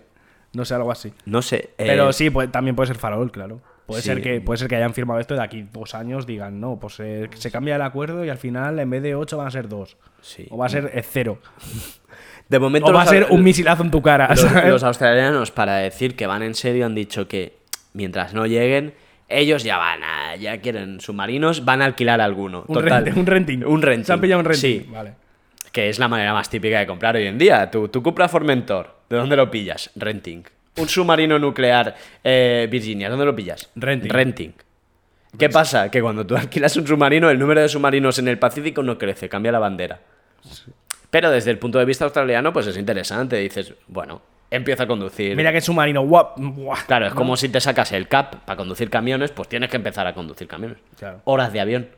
C: No sé, algo así.
B: No sé. eh,
C: Pero sí, puede- también puede ser farol, claro. Puede,
B: Sí.
C: ser que, puede ser que hayan firmado esto y de aquí dos años digan, no, pues eh, se cambia el acuerdo y al final en vez de ocho van a ser dos.
B: Sí.
C: O va a ser eh, cero.
B: De momento
C: O va a
B: los-
C: ser un misilazo en tu cara.
B: Los,
C: ¿sabes?
B: los australianos, para decir que van en serio, han dicho que mientras no lleguen, ellos ya van a, ya quieren submarinos, van a alquilar alguno.
C: un,
B: Total.
C: rent- un renting.
B: Un renting.
C: Se han pillado un renting.
B: Sí,
C: Vale.
B: que es la manera más típica de comprar hoy en día. Tú, tú compras Formentor, ¿de dónde lo pillas? Renting. Un submarino nuclear eh, Virginia, ¿dónde lo pillas?
C: Renting. Pues-
B: Renting. ¿Qué pasa? Que cuando tú alquilas un submarino, el número de submarinos en el Pacífico no crece, cambia la bandera. Pero desde el punto de vista australiano, pues es interesante. Dices, bueno, empieza a conducir.
C: Mira que submarino. Guap, guau.
B: Claro, es como si te sacas el CAP para conducir camiones, pues tienes que empezar a conducir camiones.
C: Claro.
B: Horas de avión.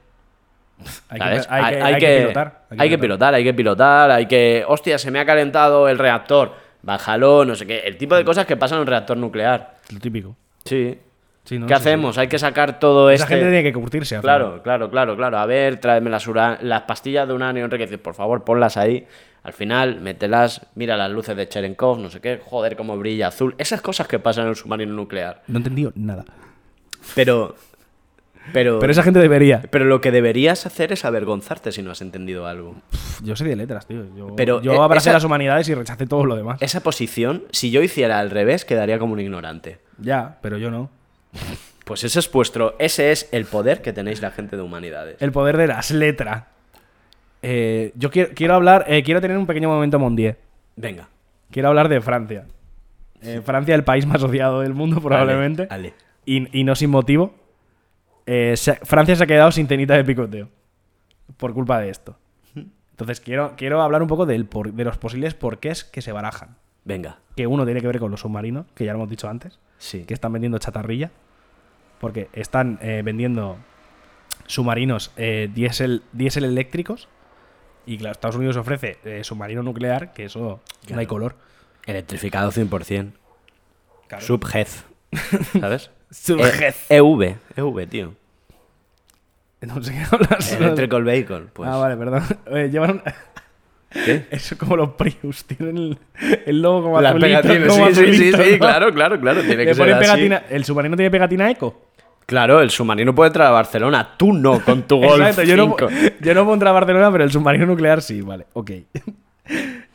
C: Hay,
B: ¿sabes?
C: que, hay que- hay que pilotar.
B: Hay que pilotar, hay que pilotar, hay que. Hostia, se me ha calentado el reactor. Bájalo, no sé qué. El tipo de cosas que pasan en un reactor nuclear.
C: Lo típico.
B: Sí.
C: Sí, ¿no?
B: ¿Qué
C: Sí, sí.
B: hacemos? Hay que sacar todo
C: Esa
B: este.
C: gente tiene que curtirse. al
B: Claro, claro, claro, claro. A ver, tráeme las, ura- las pastillas de uranio enriquecido. Por favor, ponlas ahí. Al final, mételas, mira las luces de Cherenkov, no sé qué. Joder, cómo brilla azul. Esas cosas que pasan en un submarino nuclear.
C: final. No he entendido nada.
B: Pero. Pero.
C: Pero esa gente debería.
B: pero lo que deberías hacer es avergonzarte si no has entendido algo.
C: Pf, Yo soy de letras, tío. Yo,
B: Pero,
C: yo
B: eh,
C: abracé
B: esa-
C: las humanidades y rechacé todo lo demás.
B: Esa posición, si yo hiciera al revés, quedaría como un ignorante.
C: Ya, pero yo no.
B: Pues ese es vuestro. Ese es el poder que tenéis la gente de humanidades.
C: El poder de las letras. Eh, yo quiero, quiero hablar, eh, quiero tener un pequeño momento Mondier.
B: Venga.
C: Quiero hablar de Francia. Eh, Francia, el país más odiado del mundo, probablemente.
B: ale.
C: Y, y no sin motivo. Eh, se- Francia se ha quedado sin cenita de picoteo. Por culpa de esto. Entonces, quiero, quiero hablar un poco del por- de los posibles porqués que se barajan.
B: Venga.
C: Que uno tiene que ver con los submarinos, que ya lo hemos dicho antes.
B: Sí.
C: que están vendiendo chatarrilla. Porque están eh, vendiendo submarinos eh, diésel, diésel eléctricos. Y claro, Estados Unidos ofrece eh, submarino nuclear, que eso no hay
B: Claro.
C: color.
B: Electrificado 100%.
C: Claro.
B: Subjez. ¿Sabes?
C: Subjez.
B: E- EV. EV, tío.
C: No sé qué hablas.
B: Electrical Vehicle. Pues.
C: Ah, vale, perdón. Eh, llevan. Eso como los Prius, tienen el, el logo como
B: Las
C: azulito.
B: pegatinas.
C: como
B: Sí, sí, sí,
C: azulito,
B: sí,
C: ¿no?
B: claro, claro, claro. Tiene
C: Le
B: que ser
C: ponen
B: así.
C: pegatina. ¿El submarino tiene pegatina eco?
B: Claro, el submarino puede entrar a Barcelona. Tú no, con tu Golf
C: Exacto, yo no,
B: 5.
C: yo no pondré a Barcelona, pero el submarino nuclear sí, vale, ok.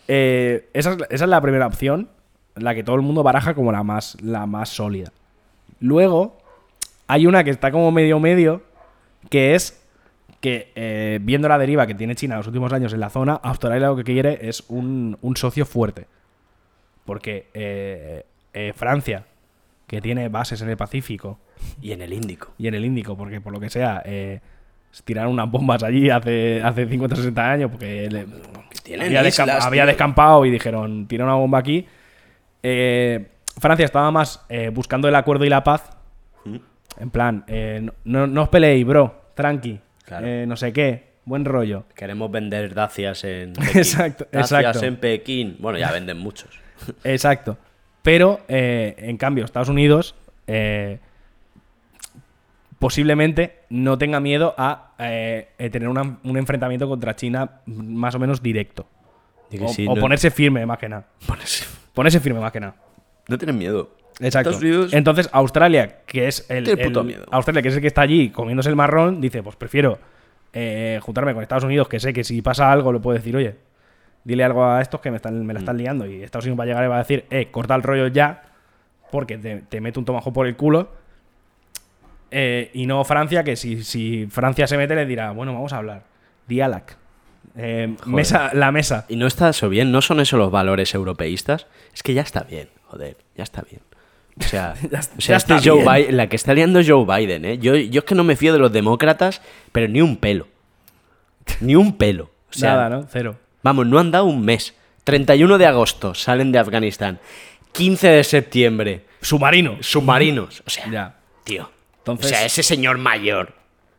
C: Eh, esa, es, la- esa es la primera opción, la que todo el mundo baraja como la más, la más sólida. Luego, hay una que está como medio medio, que es que eh, viendo la deriva que tiene China en los últimos años en la zona, Australia lo que quiere es un, un socio fuerte. Porque eh, eh, Francia, que tiene bases en el Pacífico,
B: Y en el Índico.
C: y en el Índico, porque por lo que sea, eh, tiraron unas bombas allí hace, hace 50 o 60 años, porque le-
B: tienen
C: había, descam-
B: islas,
C: había
B: tío.
C: descampado y dijeron, tira una bomba aquí. Eh, Francia estaba más eh, buscando el acuerdo y la paz.
B: Mm.
C: En plan, eh, no, no os peleéis, bro, tranqui,
B: Claro.
C: eh, no sé qué, buen rollo.
B: Queremos vender Dacias en Pekín.
C: Exacto,
B: Dacias
C: exacto.
B: en Pekín. Bueno, ya venden muchos.
C: Exacto. Pero, eh, en cambio, Estados Unidos eh, posiblemente no tenga miedo a eh, eh, tener una- un enfrentamiento contra China más o menos directo. O, o ponerse firme, más que nada. Ponerse firme, más que nada.
B: No tienen miedo.
C: Exacto.
B: Estados Unidos-
C: Entonces, Australia, que es el,
B: Tiene puto
C: el-
B: miedo.
C: Australia, que es el que está allí comiéndose el marrón, dice, pues prefiero eh, juntarme con Estados Unidos, que sé que si pasa algo le puedo decir, oye, dile algo a estos que me, están, me la
B: Mm.
C: están liando. Y Estados Unidos va a llegar y va a decir, eh, corta el rollo ya, porque te, te meto un tomajo por el culo. Eh, y no Francia, que si, si Francia se mete le dirá, bueno, vamos a hablar. Dialac. Eh, mesa, la mesa.
B: Y no está eso bien, no son eso los valores europeístas. Es que ya está bien, joder, ya está bien. O sea, o sea,
C: ya
B: este
C: está
B: Joe
C: bien.
B: Biden- la que está liando es Joe Biden, ¿eh? Yo, yo es que no me fío de los demócratas, pero ni un pelo. Ni un pelo. O sea,
C: Nada, ¿no? Cero.
B: Vamos, no han dado un mes. 31 de agosto salen de Afganistán. 15 de septiembre,
C: Submarino.
B: submarinos. O sea,
C: Ya.
B: tío.
C: Entonces-
B: O sea, ese señor mayor.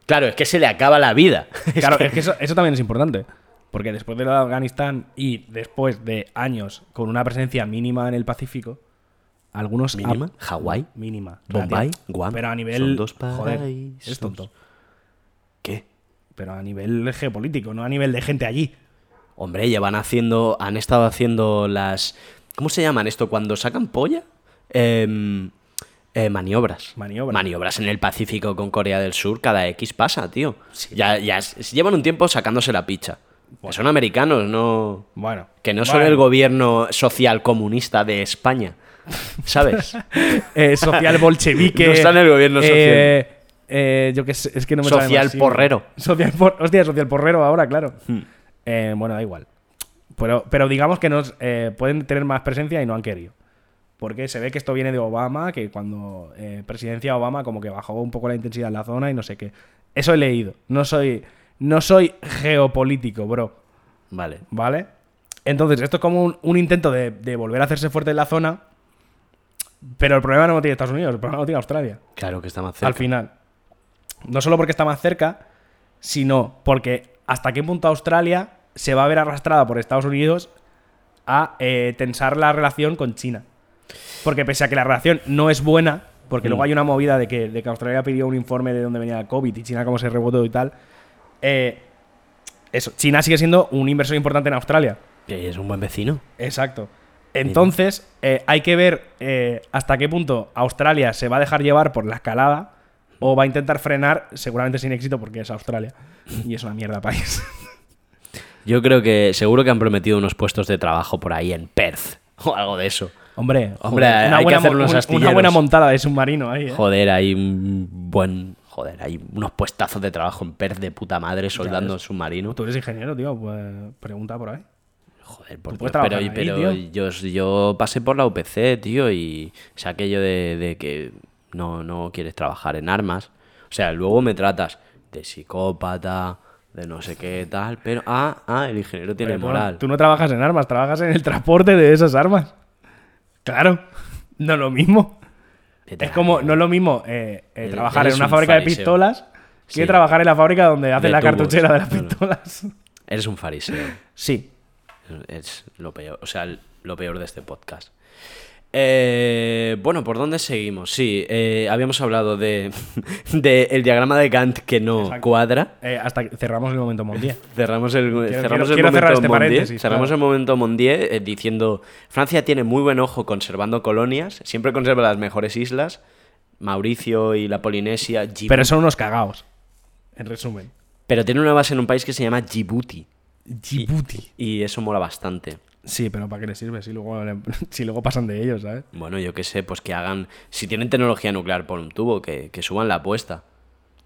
B: Claro, es que se le acaba la vida.
C: Claro, es que eso, eso también es importante. Porque después de lo de Afganistán y después de años con una presencia mínima en el Pacífico, algunos.
B: ¿Mínima?
C: ap-
B: ¿Hawái?
C: Mínima.
B: ¿Bombay?
C: relativa.
B: ¿Guam?
C: Pero a nivel.
B: Son dos
C: joder,
B: paraísos.
C: es tonto.
B: ¿Qué?
C: Pero a nivel geopolítico, no a nivel de gente allí.
B: Hombre, llevan haciendo. Han estado haciendo las. ¿Cómo se llaman esto? Cuando sacan polla. Em, eh, maniobras.
C: Maniobras.
B: Maniobras en el Pacífico con Corea del Sur. Cada X pasa, tío. Ya, ya s- llevan un tiempo sacándose la picha. Que Son americanos, no.
C: Bueno.
B: Que no son
C: solo
B: el gobierno social comunista de España. ¿Sabes?
C: social Eh, bolchevique.
B: No están en el gobierno
C: eh, eh, yo que sé, es que no me sale
B: Social
C: más, sí.
B: porrero. Hmm.
C: Social por- hostia, social porrero ahora, claro. Eh, bueno, da igual. Pero, pero digamos que nos eh, pueden tener más presencia y no han querido. Porque se ve que esto viene de Obama, que cuando eh, presidencia Obama como que bajó un poco la intensidad en la zona y no sé qué. Eso he leído. No soy, no soy geopolítico, bro.
B: vale.
C: ¿Vale? Entonces, esto es como un, un intento de, de volver a hacerse fuerte en la zona. Pero el problema no lo tiene Estados Unidos, el problema lo tiene Australia.
B: Claro que está más cerca.
C: Al final. No solo porque está más cerca, sino porque hasta qué punto Australia se va a ver arrastrada por Estados Unidos a eh, tensar la relación con China. Porque pese a que la relación no es buena, porque luego hay una movida de que, de que Australia pidió un informe de dónde venía el COVID y China cómo se rebotó y tal. eh, eso, China sigue siendo un inversor importante en Australia.
B: Y Es un buen vecino.
C: Exacto. Entonces, eh, hay que ver eh, hasta qué punto Australia se va a dejar llevar por la escalada o va a intentar frenar, seguramente sin éxito, porque es Australia y es una mierda país.
B: Yo creo que seguro que han prometido unos puestos de trabajo por ahí en Perth o algo de eso.
C: Hombre,
B: Hombre, hay que
C: buena,
B: hacer
C: mo-
B: unos
C: una- una,
B: astilleros.
C: buena montada de submarino ahí. ¿eh?
B: Joder, hay un buen. Joder, hay unos puestazos de trabajo en Perth de puta madre soldando en submarino.
C: Tú eres ingeniero, tío, pues pregunta por ahí.
B: Joder, por
C: tú
B: Dios, Pero,
C: puedes trabajar ahí,
B: pero yo,
C: tío.
B: yo pasé por la UPC, tío, y o sea, aquello de, de que no, no quieres trabajar en armas. O sea, luego me tratas de psicópata, de no sé qué tal, pero. Ah, ah, el ingeniero tiene
C: Pero tú no-
B: moral.
C: Tú no trabajas en armas, trabajas en el transporte de esas armas. Claro, no es lo mismo.
B: Vete a
C: Es
B: la
C: como,
B: mierda.
C: no es lo mismo eh, eh,
B: Eres-
C: trabajar en
B: eres
C: una
B: un
C: fábrica de
B: fariseo.
C: pistolas Quiere trabajar en la fábrica donde hacen
B: De
C: la
B: tubos,
C: cartuchera de las
B: claro.
C: pistolas.
B: Eres un fariseo.
C: Sí.
B: Es lo peor, o sea, lo peor de este podcast. Eh, bueno, ¿por dónde seguimos? Sí, eh, habíamos hablado de, de el diagrama de Gantt que no
C: Exacto.
B: cuadra.
C: Eh, hasta que cerramos el momento mundial.
B: Cerramos el, cerramos
C: quiero
B: el momento
C: cerrar este
B: Mondier.
C: paréntesis,
B: cerramos
C: claro.
B: el momento Mondier eh, diciendo Francia tiene muy buen ojo conservando colonias, siempre conserva las mejores islas, Mauricio y la Polinesia, Djibouti.
C: Pero son unos cagaos. En resumen.
B: Pero tiene una base en un país que se llama Djibouti
C: Djibouti.
B: y eso mola bastante.
C: Sí, pero ¿para qué les sirve si luego, le- si luego pasan de ellos, ¿sabes?
B: Bueno, yo qué sé, pues que hagan. Si tienen tecnología nuclear por un tubo, que, que suban la apuesta.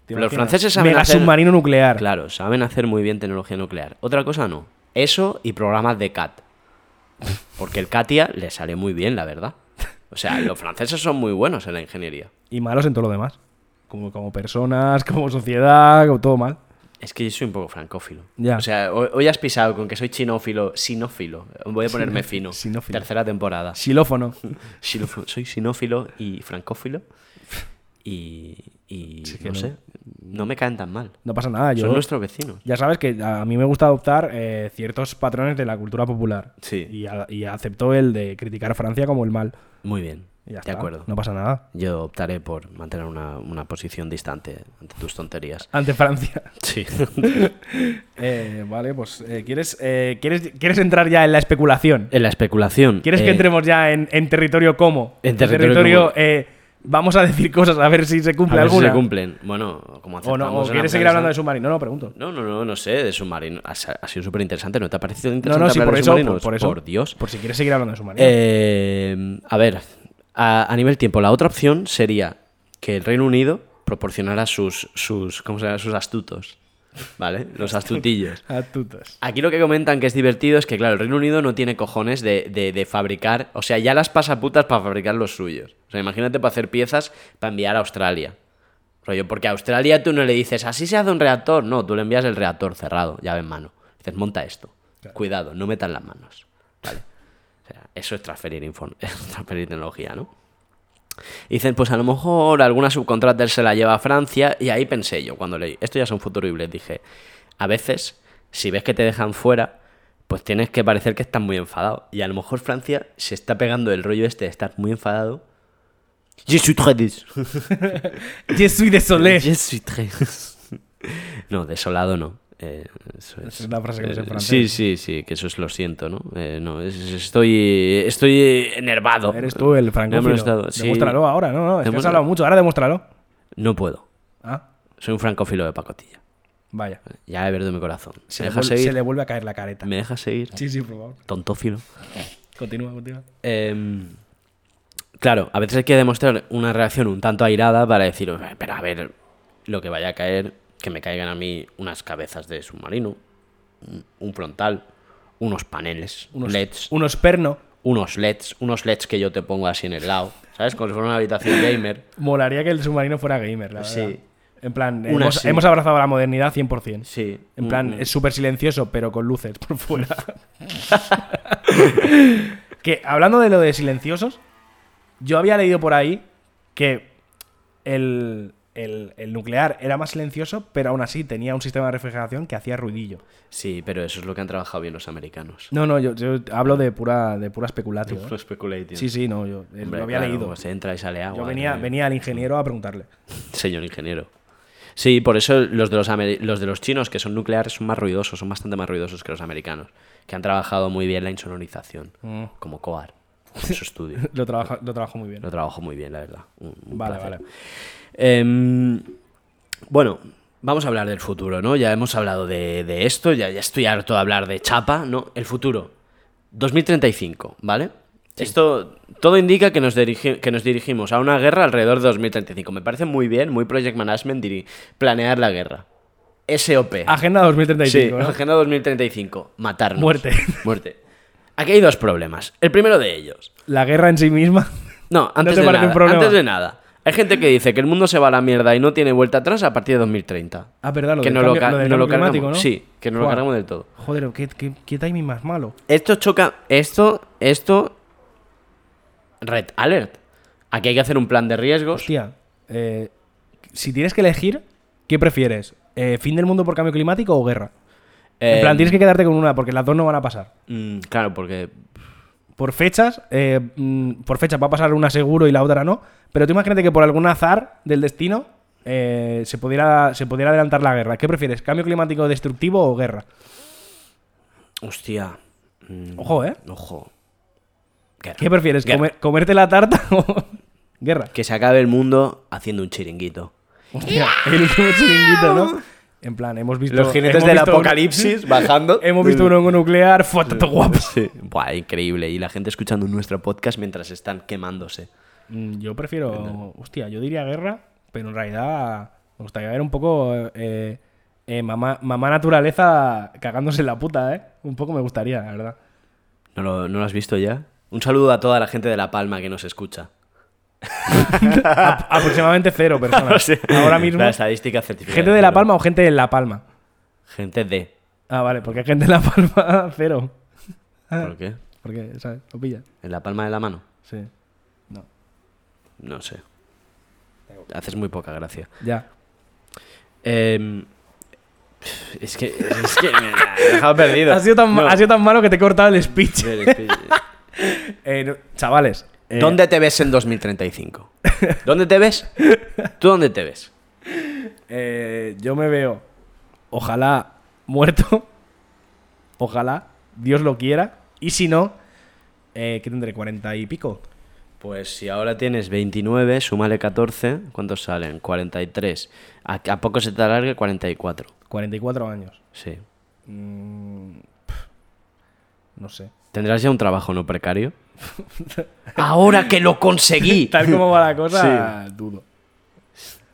C: ¿Te
B: Los
C: imaginas?
B: franceses saben
C: Mega
B: hacer-
C: submarino nuclear.
B: Claro, saben hacer muy bien tecnología nuclear. Otra cosa no. Eso y programas de CAT. Porque el CATIA le sale muy bien, la verdad. O sea, los franceses son muy buenos en la ingeniería.
C: Y malos en todo lo demás. Como, como personas, como sociedad, como todo mal.
B: Es que yo soy un poco francófilo.
C: Ya.
B: O sea, hoy, hoy has pisado con que soy chinófilo, sinófilo. Voy a ponerme fino.
C: sinófilo.
B: Tercera temporada.
C: Xilófono.
B: Xilófo- soy sinófilo y francófilo. Y, y
C: Sí que
B: no
C: no.
B: sé, no me caen tan mal.
C: No pasa nada. Yo,
B: Son nuestros vecinos.
C: Ya sabes que a mí me gusta adoptar eh, ciertos patrones de la cultura popular.
B: Sí.
C: Y, a- y acepto el de criticar a Francia como el mal.
B: Muy bien.
C: Y ya
B: de
C: está.
B: acuerdo.
C: No pasa nada.
B: Yo optaré por mantener una, una posición distante ante tus tonterías.
C: Ante Francia.
B: Sí.
C: Eh, vale, pues eh, ¿quieres, eh, ¿quieres, ¿quieres entrar ya en la especulación?
B: en la especulación.
C: ¿Quieres
B: eh,
C: que entremos ya en, en territorio como?
B: En territorio como.
C: eh, vamos a decir cosas a ver si se
B: A
C: cumple
B: ver si
C: alguna.
B: se cumplen. Bueno, como
C: o no, o
B: aceptamos en
C: quieres
B: Afganistán-
C: seguir hablando de submarino. No, no, pregunto.
B: No, no, no, no sé, de submarino. Ha, sa- ha sido súper interesante, ¿no te ha parecido
C: No,
B: interesante?
C: no, sí,
B: hablar
C: por
B: de
C: eso, por,
B: submarinos?
C: por eso.
B: Por Dios.
C: Por si quieres seguir hablando de submarino.
B: Eh, a ver, a, a nivel tiempo, la otra opción sería que el Reino Unido proporcionara sus, sus ¿cómo se llama? Sus astutos, ¿vale? Los astutillos.
C: A tutas.
B: Pues Aquí lo que comentan que es divertido es que, claro, el Reino Unido no tiene cojones de, de- de fabricar, o sea, ya las pasa putas para fabricar los suyos. O sea, imagínate para hacer piezas para enviar a Australia. Rollo, porque a Australia tú no le dices, así se hace un reactor. No, tú le envías el reactor cerrado, llave en mano. Dices, monta esto. Cuidado, no metas las manos. Vale. O sea, eso es transferir, inform- es transferir tecnología, ¿no? Y dicen, pues a lo mejor alguna subcontrater se la lleva a Francia. Y ahí pensé yo, cuando leí, esto ya son futuribles, dije, a veces, si ves que te dejan fuera, pues tienes que parecer que estás muy enfadado. Y a lo mejor Francia se está pegando el rollo este de estar muy enfadado. Je suis très déçu.
C: Je suis désolé.
B: Je suis très- No, desolado no. Eh, eso
C: Esa es la frase que no sé en
B: eh,
C: francés.
B: Sí, sí, sí, que eso es lo siento, ¿no? Eh, no, es- es- estoy, estoy enervado.
C: Eres tú el
B: No,
C: francófilo.
B: he molestado, sí.
C: Demuéstralo ahora, no, no, es que has
B: Demuestra-
C: hablado mucho, ahora demuéstralo.
B: No puedo.
C: Ah,
B: Soy un francófilo de pacotilla.
C: vaya.
B: Ya he perdido mi corazón.
C: Se,
B: ¿Me
C: le,
B: dejas
C: vuel- se
B: seguir?
C: le vuelve a caer la careta.
B: ¿Me dejas seguir?
C: Sí, sí, por favor.
B: Tontófilo.
C: Continúa, continúa.
B: Em, claro, a veces hay que demostrar una reacción un tanto airada para decir, "Eh, pero a ver, lo que vaya a caer, que me caigan a mí unas cabezas de submarino, un- un frontal, unos paneles,
C: Unos,
B: LEDs,
C: unos perno.
B: unos LEDs, unos LEDs que yo te pongo así en el lado, ¿sabes? Como si fuera una habitación gamer.
C: Molaría que el submarino fuera gamer, la
B: Sí.
C: verdad. En plan,
B: Una
C: hemos,
B: sí.
C: hemos abrazado la modernidad 100%.
B: Sí.
C: En plan,
B: Mm,
C: es súper silencioso, pero con luces por fuera. que hablando de lo de silenciosos, yo había leído por ahí que el, el- el nuclear era más silencioso, pero aún así tenía un sistema de refrigeración que hacía ruidillo.
B: Sí, pero eso es lo que han trabajado bien los americanos.
C: No, no, yo, yo hablo de pura, de pura especulatio. ¿eh?
B: Fue speculation.
C: Sí, sí, no, yo eh,
B: Hombre,
C: lo había
B: claro,
C: leído.
B: pues entra y sale agua.
C: Yo venía,
B: ¿no?
C: venía al ingeniero a preguntarle.
B: Señor ingeniero. Sí, por eso los de los, amer- los de los chinos, que son nucleares, son más ruidosos, son bastante más ruidosos que los americanos, que han trabajado muy bien la insonorización,
C: Mm.
B: como COAR, en su estudio.
C: Lo trabaja, lo trabajo muy bien.
B: Lo trabajo muy bien, la verdad. Un- un
C: Vale,
B: placer.
C: vale.
B: Em, bueno, vamos a hablar del futuro, ¿no? Ya hemos hablado de, de esto, ya, ya estoy harto de hablar de chapa, ¿no? El futuro. 2035, ¿vale? Esto, todo indica que nos, dirigi- que nos dirigimos a una guerra alrededor de 2035. Me parece muy bien, muy project management, diri- planear la guerra. SOP.
C: Agenda 2035.
B: Sí,
C: ¿no?
B: agenda 2035, matarnos.
C: Muerte.
B: Muerte. Aquí hay dos problemas. El primero de ellos.
C: La guerra en sí misma.
B: No, antes,
C: te
B: de
C: parece
B: nada,
C: un problema?
B: antes de nada. Hay gente que dice que el mundo se va a la mierda y no tiene vuelta atrás a partir de 2030.
C: Ah, verdad, lo
B: que
C: del
B: no lo,
C: cambio-
B: ca-
C: lo del
B: no lo
C: cambio
B: cargamos.
C: climático, ¿no?
B: Sí, que no lo
C: Buah.
B: cargamos del todo.
C: Joder, ¿qué, qué, qué timing más malo.
B: Esto choca. Esto. Esto. Red alert. Aquí hay que hacer un plan de riesgos.
C: Hostia, eh, si tienes que elegir, ¿Qué prefieres? Eh, ¿Fin del mundo por cambio climático o guerra? En
B: Eh,
C: plan, tienes que quedarte con una porque las dos no van a pasar.
B: mm, claro, porque.
C: Por fechas, eh, mm, por fechas va a pasar una seguro y la otra no. Pero tú imagínate que por algún azar del destino eh, se, pudiera, se pudiera adelantar la guerra. ¿Qué prefieres? ¿Cambio climático destructivo o guerra?
B: Hostia. mm,
C: Ojo, ¿eh?
B: Ojo. Guerra.
C: ¿Qué prefieres?
B: Guerra.
C: comer- ¿Comerte la tarta o guerra?
B: Que se acabe el mundo haciendo un chiringuito.
C: Hostia, el último chiringuito, ¿no? En plan, hemos visto.
B: Los jinetes
C: hemos
B: del
C: visto un-
B: apocalipsis bajando.
C: hemos visto un hongo nuclear, fuerte guapo.
B: Sí. Buah, increíble. Y la gente escuchando nuestro podcast mientras están quemándose.
C: Mm, Yo prefiero. Hostia, yo diría guerra, pero en realidad me gustaría ver un poco. eh, eh, mamá, mamá naturaleza cagándose en la puta, ¿eh? Un poco me gustaría, la verdad.
B: ¿No lo, no lo has visto ya? Un saludo a toda la gente de La Palma que nos escucha.
C: A- aproximadamente cero
B: O
C: personas.
B: sea,
C: Ahora mismo.
B: La estadística certificada.
C: ¿Gente de La
B: Claro.
C: Palma o gente en La Palma?
B: Gente de.
C: Ah, vale, porque hay gente en La Palma, cero. Ah.
B: ¿Por qué?
C: Porque, ¿sabes? Lo pillas.
B: ¿En la palma de la mano?
C: Sí. No.
B: No sé. Haces muy poca gracia.
C: Ya.
B: Em, es que. Es que. Me ha dejado perdido.
C: Ha sido, tan,
B: No.
C: ha sido tan malo que te he cortado el speech. Eh, no- chavales. eh,
B: ¿Dónde te ves en 2035? ¿Dónde te ves? ¿Tú dónde te ves?
C: Eh, yo me veo, ojalá muerto, ojalá Dios lo quiera, y si no, eh, que tendré 40 y pico.
B: Pues si ahora tienes 29, súmale 14, ¿cuántos salen? 43. ¿A, a poco se te alargue 44?
C: 44 años.
B: Sí.
C: Mm, pf, no sé.
B: ¿Tendrás ya un trabajo no precario? Ahora que lo conseguí.
C: Tal como va la cosa, dudo.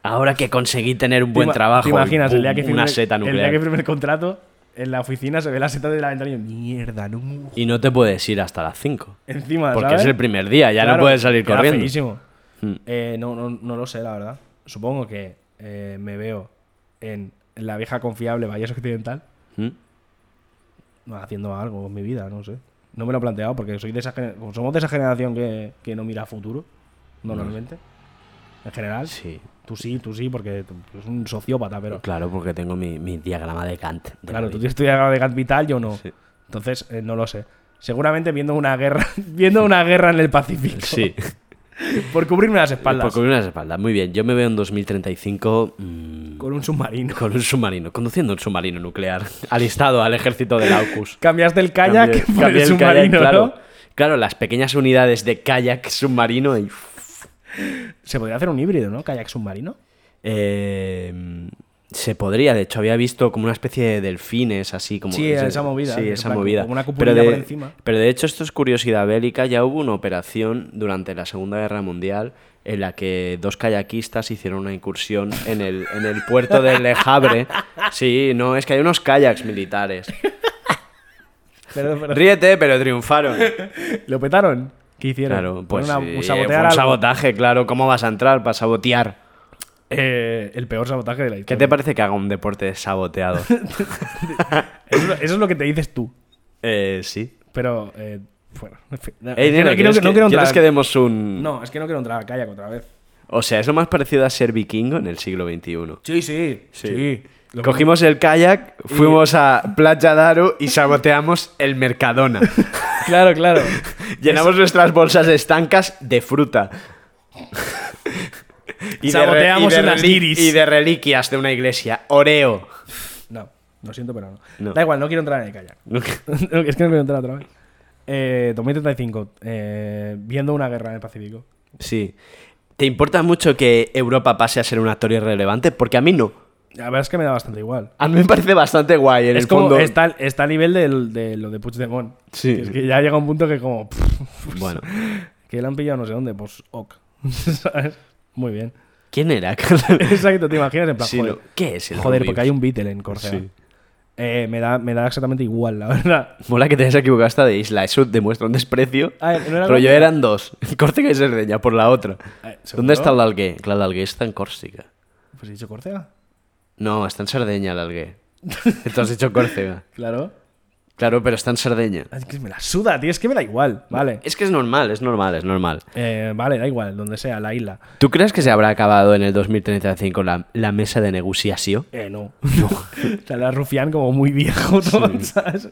B: Ahora que conseguí tener un buen
C: Te ima-
B: trabajo.
C: ¿Te imaginas
B: y
C: el día que
B: ¡pum!
C: firme,
B: una seta
C: el día
B: nuclear.
C: que firme el contrato, en la oficina se ve la seta de la ventana y yo, mierda, no.
B: Y no te puedes ir hasta las 5.
C: Encima,
B: Porque
C: ¿sabes?
B: es el primer día, ya no
C: Claro,
B: puedes salir
C: era
B: corriendo.
C: feísimo.
B: Mm.
C: Eh, no, no, no lo sé, la verdad. Supongo que eh, me veo en la vieja confiable Valles Occidental
B: ¿Mm?
C: no, haciendo algo con mi vida, no sé. No me lo he planteado porque soy de esa gener- como somos de esa generación que, que no mira a futuro, normalmente. En general.
B: Sí.
C: Tú sí, tú sí, porque tú eres un sociópata, pero...
B: Claro, porque tengo mi, mi diagrama de Kant. de
C: Claro,
B: la
C: tú
B: vida.
C: tienes tu diagrama de Gantt vital, yo no.
B: Sí.
C: Entonces, eh, no lo sé. Seguramente viendo una guerra, viendo una guerra en el Pacífico.
B: Sí.
C: Por cubrirme las espaldas.
B: Por cubrir las espaldas. Muy bien, yo me veo en 2035 mm,
C: Con un submarino.
B: con un submarino, conduciendo un submarino nuclear, alistado al ejército de AUKUS.
C: Cambiaste el kayak
B: Cambié-
C: por
B: cambié
C: el
B: el kayak,
C: submarino,
B: claro.
C: ¿no?
B: Claro, las pequeñas unidades de kayak submarino y...
C: Se podría hacer un híbrido, ¿no? Kayak submarino.
B: Eh, se podría, de hecho, había visto como una especie de delfines, así como.
C: Sí, esa movida,
B: Sí,
C: en
B: esa
C: plan,
B: movida.
C: como una cupulilla
B: pero de,
C: por encima.
B: Pero de hecho, esto es curiosidad bélica. Ya hubo una operación durante la Segunda Guerra Mundial en la que dos kayakistas hicieron una incursión en el, en el puerto de Le Havre. Sí, no, es que hay unos kayaks militares.
C: Pero, pero-
B: Ríete, pero triunfaron.
C: ¿Lo petaron? ¿Qué hicieron?
B: Claro, pues
C: Fueron a-
B: sí,
C: sabotear
B: fue un
C: algo.
B: sabotaje, claro. ¿Cómo vas a entrar para sabotear?
C: Eh, el peor sabotaje de la
B: ¿Qué
C: historia.
B: te parece que haga un deporte saboteado?
C: eso, eso es lo que te dices tú.
B: eh, sí.
C: Pero, eh, bueno. en fin. No,
B: Eh,
C: quiero-
B: nena,
C: quiero-
B: ¿quieres que-
C: no quiero
B: quieres
C: entrar-
B: que demos un...?
C: No, es que no quiero entrar al kayak otra vez.
B: O sea, es lo más parecido a ser vikingo en el siglo XXI.
C: Sí, sí. Sí. Lo que-
B: Cogimos el kayak, fuimos a Playa Daru y saboteamos el Mercadona.
C: Claro, claro.
B: Llenamos nuestras bolsas estancas de fruta. Y de re-
C: Saboteamos
B: y de
C: unas
B: reli-
C: guiris.
B: Y de reliquias de una iglesia. Oreo.
C: No, lo siento, pero no.
B: No.
C: Da igual, no quiero entrar en el kayak. es que no quiero entrar otra vez. Eh, 2035, eh, viendo una guerra en el Pacífico.
B: Sí. ¿Te importa mucho que Europa pase a ser un actor irrelevante? Porque a mí no.
C: La verdad es que me da bastante igual.
B: A mí me parece bastante guay en
C: es
B: el
C: como,
B: fondo.
C: está, está a nivel del- de lo de Puigdemont.
B: Sí.
C: Que Es que ya llega un punto que como, pff,
B: Bueno.
C: que le han pillado no sé dónde, pues ok. ¿Sabes? Muy bien.
B: ¿Quién era?
C: Exacto, te imaginas en plan,
B: Sí,
C: joder,
B: no. ¿Qué es el
C: joder
B: Rubius?
C: porque hay un Beatle en Corsea.
B: Sí.
C: Eh, me, da, me da exactamente igual, la verdad.
B: Mola que te hayas equivocado hasta de isla. Eso demuestra un desprecio.
C: Ah, ¿no era
B: Rollo
C: Córcega?
B: eran dos. Córcega y Cerdeña por la otra.
C: Eh, ¿seguro?
B: ¿Dónde está el Algué? Claro, el Algué está en Córcega.
C: Pues he dicho Corsea.
B: No, está en Cerdeña el Algué. Entonces has dicho Córcega.
C: Claro.
B: Claro, pero está en Sardeña.
C: Es que me la suda, tío, es que me da igual. Vale.
B: Es que es normal, es normal, es normal.
C: Eh, vale, da igual, donde sea, la isla.
B: ¿Tú crees que se habrá acabado en el 2035 la, la mesa de negociación?
C: Eh, no. no. Sale Rufián como muy viejo, todo, ¿sabes?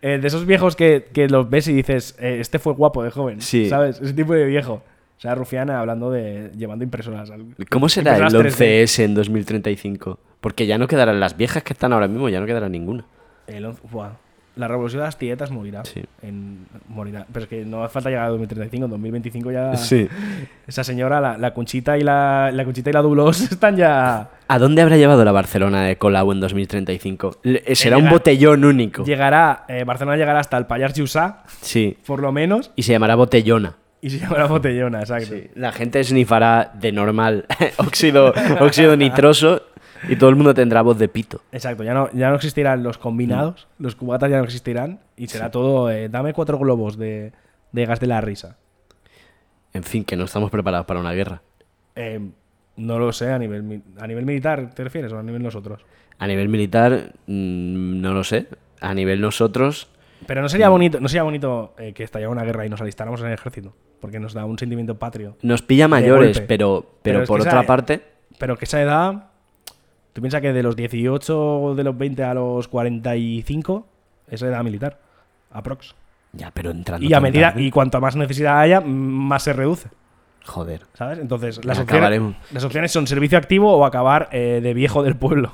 C: Eh, de esos viejos que, que los ves y dices, eh, este fue guapo de joven,
B: Sí.
C: ¿sabes? Ese tipo de viejo. O sea, Rufián hablando de llevando impresoras. al-
B: ¿Cómo será el
C: impresoras 3D.
B: 11S en 2035? Porque ya no quedarán las viejas que están ahora mismo, ya no quedará ninguna.
C: El once- buah. La revolución de las tietas morirá.
B: Sí.
C: En, morirá. Pero es que no hace falta llegar a 2035, en 2025 ya...
B: Sí.
C: Esa señora, la, la Conchita y la, la Conchita y la Dulos están ya...
B: ¿A dónde habrá llevado la Barcelona de Colau en 2035? Le- eh, Será un
C: Llegará-
B: botellón único.
C: Llegará, eh, Barcelona llegará hasta el Payar Yusá,
B: Sí.
C: por lo menos,
B: Y se llamará botellona.
C: y se llamará Botellona, exacto.
B: La gente snifará de normal óxido, óxido nitroso y todo el mundo tendrá voz de pito.
C: Exacto, ya no, ya no existirán los combinados,
B: Mm.
C: los cubatas ya no existirán, y será todo, eh, dame cuatro globos de, de gas de la risa.
B: En fin, que no estamos preparados para una guerra.
C: Eh, no lo sé, a nivel, mi- a nivel militar, ¿te refieres? O a nivel nosotros.
B: A nivel militar, mm, no lo sé. A nivel nosotros,
C: Pero no
B: Mm.
C: sería bonito, no sería bonito eh, que estallara una guerra y nos alistáramos en el ejército, porque nos da un sentimiento patrio.
B: nos pilla mayores,
C: golpe.
B: pero, pero,
C: Pero es
B: por
C: que
B: otra
C: esa-
B: parte,
C: Pero que esa edad, tú piensas que de los 18, o de los 20 a los 45, es edad militar, aprox.
B: ya, pero entrando.
C: Y
B: Ah,
C: a
B: tan
C: medida,
B: tarde,
C: y cuanto más necesidad haya, más se reduce.
B: Joder.
C: ¿Sabes? Entonces, las
B: Acabaremos.
C: opciones, las opciones son servicio activo o acabar eh, de viejo del pueblo.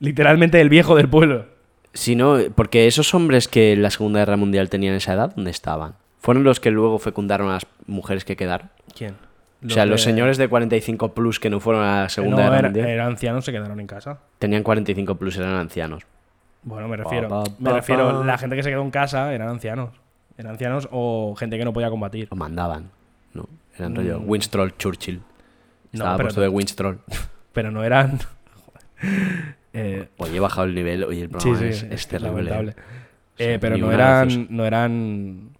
C: Literalmente el viejo del pueblo.
B: Si no, porque esos hombres que en la Segunda Guerra Mundial tenían esa edad, ¿dónde estaban? ¿Fueron los que luego fecundaron a las mujeres que quedaron?
C: ¿Quién?
B: o sea, los señores de 45 plus que no fueron a la Segunda Guerra Mundial
C: eran ancianos, se quedaron en casa.
B: tenían 45 plus, eran ancianos.
C: Bueno, me refiero.
B: Pa, pa,
C: me
B: pa,
C: refiero,
B: pa.
C: la gente que se quedó en casa eran ancianos. Eran ancianos o gente que no podía combatir.
B: Lo mandaban, ¿no? Eran rollo Winstroll Churchill. Estaba
C: pero
B: puesto
C: Mm. no.
B: de Winstroll.
C: Pero no eran. Eh,
B: Oye, he bajado el nivel, oye, el programa es, es terrible. ¿eh?
C: lamentable.
B: O sea,
C: Eh, pero
B: ni
C: no
B: una
C: eran,
B: graciosa.
C: no eran.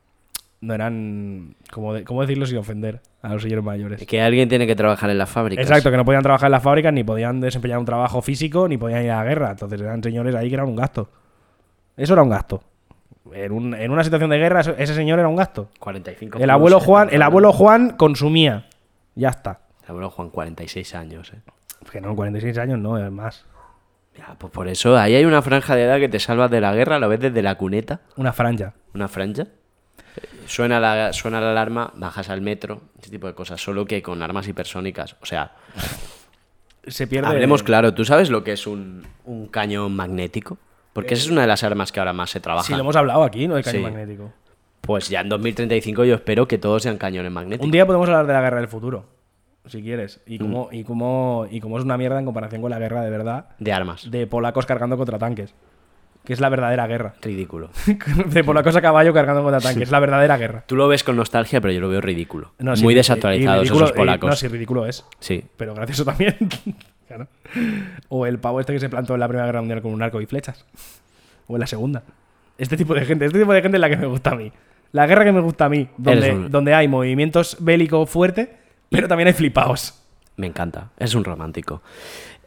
C: No eran. ¿Cómo, de- cómo decirlo sin ofender a los señores mayores?
B: Es Que alguien tiene que trabajar en las fábricas.
C: Exacto, que no podían trabajar en las fábricas, ni podían desempeñar un trabajo físico, ni podían ir a la guerra. Entonces eran señores ahí que eran un gasto. Eso era un gasto. En, un- en una situación de guerra, eso- ese señor era un gasto.
B: 45
C: El
B: plus, ¿eh?
C: abuelo
B: estamos
C: Juan, el
B: hablando.
C: abuelo Juan consumía. Ya está.
B: El abuelo Juan, 46 años, eh.
C: Que no, 46 años no, es más.
B: Ya, pues por eso, ahí hay una franja de edad que te salva de la guerra, a la vez desde la cuneta.
C: Una franja.
B: una franja. Eh, Suena la, suena la alarma, bajas al metro, ese tipo de cosas, solo que con armas hipersónicas. O sea,
C: Se pierde.
B: hablemos claro, ¿tú sabes lo que es un, un cañón magnético? Porque esa es una de las armas que ahora más se trabaja.
C: Si Eh, lo hemos hablado aquí, ¿no? El cañón
B: Sí.
C: magnético.
B: Pues ya en 2035 yo espero que todos sean cañones magnéticos.
C: Un día podemos hablar de la guerra del futuro, si quieres. Y cómo, y cómo, y cómo es una mierda en comparación con la guerra de verdad
B: De armas.
C: de polacos cargando contra tanques. Que es la verdadera guerra.
B: Ridículo.
C: de polacos a caballo cargando contra tanques. Es la verdadera guerra.
B: Tú lo ves con nostalgia, pero yo lo veo ridículo.
C: No, sí,
B: Muy
C: y- y
B: desactualizados
C: ridículo-
B: esos
C: y-
B: polacos.
C: no,
B: sí.
C: sí, ridículo es. Pero gracioso también. Claro. O el pavo este que se plantó en la Primera Guerra Mundial con un arco y flechas. O en la Segunda. Este tipo de gente, este tipo de gente es la que me gusta a mí. La guerra que me gusta a mí,
B: Eres
C: donde,
B: un-
C: donde hay movimientos bélicos fuertes, pero también hay flipaos.
B: me encanta. Es un romántico.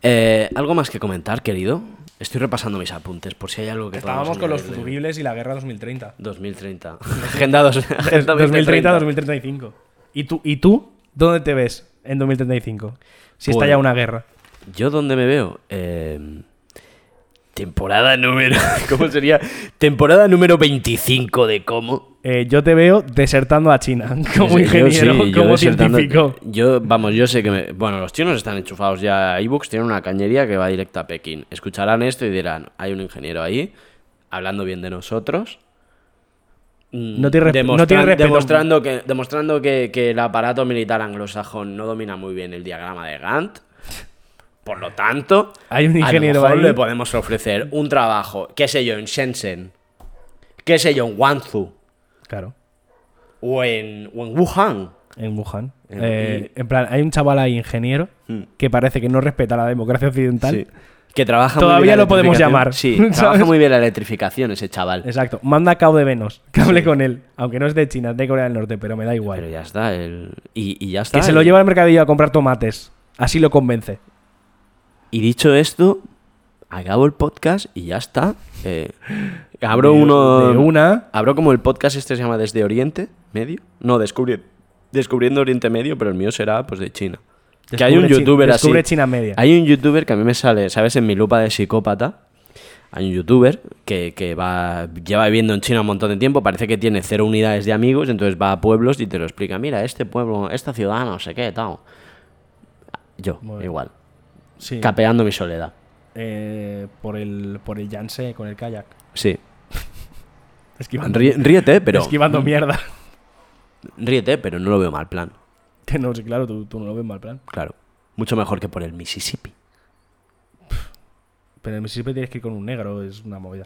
B: Eh, ¿Algo más que comentar, querido? Estoy repasando mis apuntes por si hay algo que podamos
C: Estábamos con los
B: añadirle.
C: futuribles y la guerra 2030.
B: 2030. Agenda, dos, agenda 2030.
C: 2030-2035. ¿Y tú, ¿Y tú dónde te ves en 2035? Si está
B: Pues-
C: ya una guerra.
B: ¿Yo dónde me veo? Eh, temporada número. ¿Cómo sería? Temporada número 25 de cómo.
C: Eh, yo te veo desertando a China
B: Yo
C: como
B: sí,
C: ingeniero,
B: yo
C: como
B: desertando-
C: científico.
B: Yo, vamos, yo sé que. me- bueno, los chinos están enchufados ya a ebooks, tienen una cañería que va directa a Pekín. Escucharán esto y dirán: hay un ingeniero ahí hablando bien de nosotros. mm,
C: No tiene resp-
B: demostran-
C: no tiene respeto.
B: Demostrando, que, demostrando que, que el aparato militar anglosajón no domina muy bien el diagrama de Gantt. Por lo tanto,
C: Hay un ingeniero
B: a lo mejor
C: ahí.
B: le podemos ofrecer un trabajo, qué sé yo, en Shenzhen, qué sé yo, en Guangzhou
C: Claro,
B: o en, o en Wuhan.
C: en Wuhan.
B: En- Hmm.
C: Eh, en plan, hay un chaval ahí ingeniero que parece que no respeta la democracia occidental.
B: Que trabaja muy
C: Todavía
B: bien la
C: lo podemos
B: electrificación.
C: llamar,
B: Sí,
C: ¿sabes?
B: trabaja muy bien la electrificación ese chaval.
C: Exacto. Manda a Cao de Venos que hable con él. Aunque no es de China, es de Corea del Norte, pero me da igual.
B: Pero ya está. el- y, y ya está.
C: que se lo
B: el-
C: lleva al mercadillo a comprar tomates. Así lo convence.
B: Y dicho esto, acabo el podcast y ya está. Eh, abro
C: De-
B: uno.
C: de una.
B: Abro como el podcast este se llama Desde Oriente Medio. No, descubri- Descubriendo Oriente Medio, pero el mío será pues de China. que hay un
C: Descubre China-
B: youtuber así.
C: descubre China media.
B: Hay un youtuber que a mí me sale, ¿sabes? En mi lupa de psicópata. Hay un youtuber que, que va, lleva viviendo en China un montón de tiempo, parece que tiene cero unidades de amigos, entonces va a pueblos y te lo explica, mira, este pueblo, esta ciudad, no sé qué, tal. Yo,
C: Bueno.
B: igual,
C: Sí.
B: capeando mi soledad.
C: Eh, por el por el Yangtze con el kayak.
B: Sí.
C: Esquivando,
B: Rí- ríete, pero...
C: esquivando mierda.
B: Ríete, pero no lo veo mal plan,
C: Que no, sí, claro, tú, tú no lo ves mal plan.
B: claro. Mucho mejor que por el Mississippi.
C: Pero en Mississippi tienes que ir con un negro, es una movida.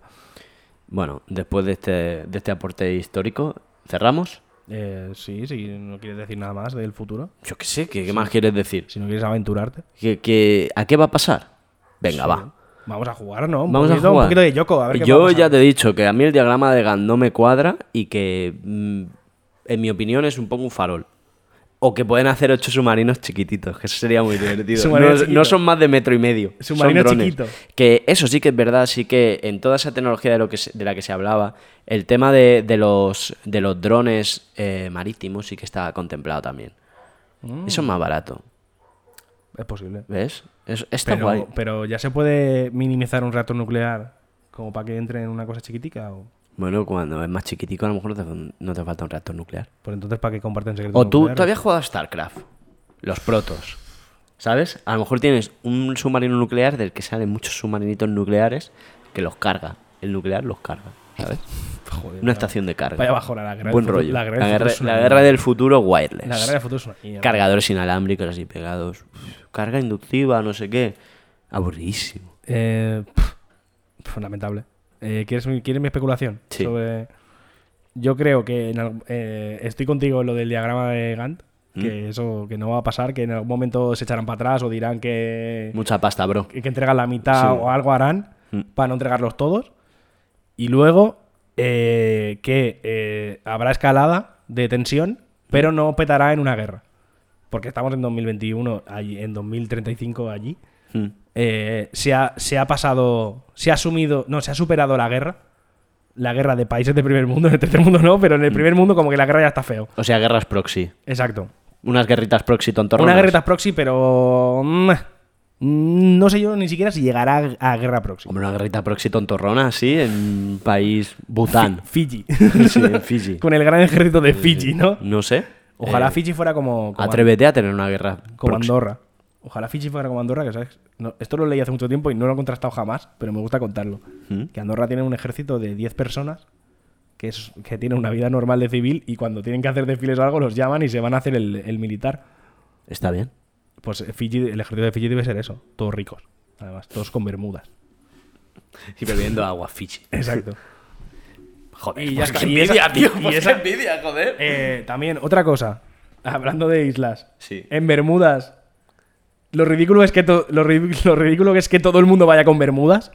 B: Bueno, después de este, de este aporte histórico, ¿cerramos?
C: Eh, sí, si no quieres decir nada más del futuro,
B: Yo qué sé, ¿qué, qué más quieres decir?
C: si no quieres aventurarte.
B: ¿Qué, qué- a qué va a pasar? Venga,
C: Sí.
B: va.
C: Vamos a jugar, ¿no? Un
B: Vamos
C: poquito,
B: a jugar.
C: Un poquito de Yoko, a ver qué
B: Yo
C: va a pasar.
B: ya te he dicho que a mí el diagrama de Gantt no me cuadra y que, mm, en mi opinión, es un poco un farol. O que pueden hacer ocho submarinos chiquititos, que eso sería muy divertido.
C: Submarino
B: no, es-
C: chiquito.
B: no son más de metro y medio. son
C: Submarino
B: drones.
C: chiquito.
B: Que eso sí que es verdad, sí que en toda esa tecnología de, lo que se- de la que se hablaba, el tema de, de los, de los drones eh, marítimos sí que está contemplado también. Eso es más barato,
C: Mm, Es posible.
B: ¿ves? Es, está guay.
C: Pero, pero ya se puede minimizar un reactor nuclear como para que entre en una cosa chiquitica. O...
B: Bueno, cuando es más chiquitico a lo mejor no te, no te falta un reactor nuclear.
C: Pues entonces, ¿para que comparten secretos
B: O tú,
C: nucleares?
B: tú habías jugado a StarCraft, los protos, ¿sabes? A lo mejor tienes un submarino nuclear del que salen muchos submarinitos nucleares que los carga. El nuclear los carga, ¿sabes?
C: Joder,
B: Una estación de carga.
C: Vaya bajona, la guerra
B: Buen
C: del futuro-
B: rollo.
C: la guerra del
B: La guerra,
C: futuro es una
B: la
C: mierda.
B: guerra del futuro wireless.
C: La guerra de fotos es una mierda.
B: Cargadores inalámbricos así pegados. Uf, Carga inductiva, no sé qué. Aburridísimo.
C: Eh, pf, pf, lamentable. Eh, ¿quieres, mi, quieres mi especulación?
B: Sí.
C: Sobre... Yo creo que en al- eh, estoy contigo en lo del diagrama de Gantt.
B: Mm.
C: Que eso que no va a pasar, que en algún momento se echarán para atrás o dirán que,
B: Mucha pasta, bro.
C: que entregan la mitad
B: Sí.
C: o algo harán
B: Mm.
C: para no entregarlos todos. Y luego eh, que eh, habrá escalada de tensión, pero no petará en una guerra. Porque estamos en 2021, allí, en 2035 allí
B: Mm.
C: eh, se, ha, se ha pasado, se ha asumido, no, se ha superado la guerra. La guerra de países del primer mundo, en el tercer mundo no, pero
B: Mm.
C: en el primer mundo como que la guerra ya está feo.
B: O sea, guerras proxy.
C: Exacto.
B: Unas guerritas proxy tontorronas.
C: Una guerrita proxy, pero... mm, mm, No sé yo ni siquiera si llegará a a guerra proxy.
B: Hombre, una guerrita proxy tontorrona, sí, en un país Bután.
C: Fiji.
B: Sí, en Fiji.
C: Con el gran ejército de Fiji, ¿no?
B: No sé.
C: Ojalá
B: Mm. Eh,
C: Fiji fuera como... como
B: Atrévete a tener una guerra.
C: como
B: proxy.
C: Andorra. Ojalá Fiji fuera como Andorra, que sabes. no- esto lo leí hace mucho tiempo y no lo he contrastado jamás, pero me gusta contarlo.
B: ¿Mm?
C: Que Andorra tiene un ejército de 10 personas que, es, que tienen una vida normal de civil y cuando tienen que hacer desfiles o algo los llaman y se van a hacer el, el militar.
B: Está bien.
C: Pues Fiji, el ejército de Fiji debe ser eso. Todos ricos. Además, todos con bermudas.
B: Y bebiendo agua, Fiji.
C: Exacto.
B: Joder,
C: Y ya
B: pues
C: está.
B: qué
C: Y esa-
B: envidia, tío.
C: y
B: pues qué
C: esa-
B: envidia, joder.
C: Eh, también, otra cosa. Hablando de islas.
B: Sí.
C: En Bermudas. Lo ridículo, es que to- lo, ri- lo ridículo que es que todo el mundo vaya con Bermudas.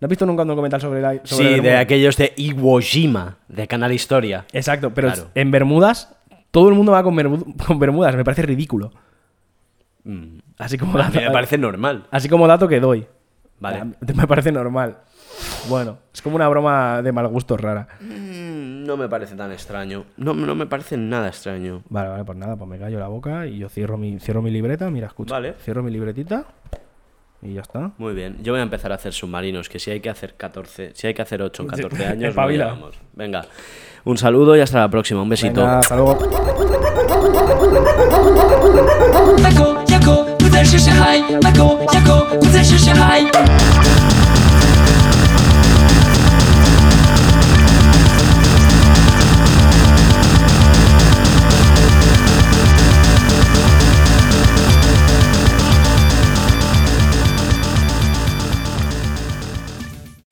C: ¿No has visto nunca un documental sobre la sobre
B: Sí, de
C: Bermudas?
B: aquellos de Iwo Jima, de Canal Historia.
C: Exacto, pero
B: Claro.
C: en Bermudas todo el mundo va con, Bermu- con Bermudas. Me parece ridículo.
B: Mm,
C: Así como
B: a
C: dato,
B: mí me parece normal.
C: así como dato que doy.
B: Vale.
C: Ah, Me parece normal. Bueno, es como una broma de mal gusto rara.
B: Mm, No me parece tan extraño. No, no me parece nada extraño.
C: Vale, vale, pues nada, pues me callo la boca y yo cierro mi, cierro mi libreta. Mira, escucha.
B: Vale.
C: Cierro mi libretita y ya está.
B: Muy bien, yo voy a empezar a hacer submarinos, que si hay que hacer 14, si hay que hacer 8 en 14 años, lo
C: Espabila.
B: llevamos. Venga, un saludo y hasta la próxima. Un besito.
C: Venga, hasta luego.
D: 迈克，亚克，不再是小孩。迈克，亚克，不再是小孩。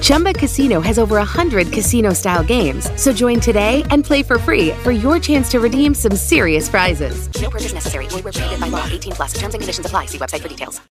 E: Chumba Casino has over 100 casino style games. So join today and play for free for your chance to redeem some serious prizes. No purchase necessary. Void where prohibited by law. 18 plus. Terms and conditions apply. See website for details.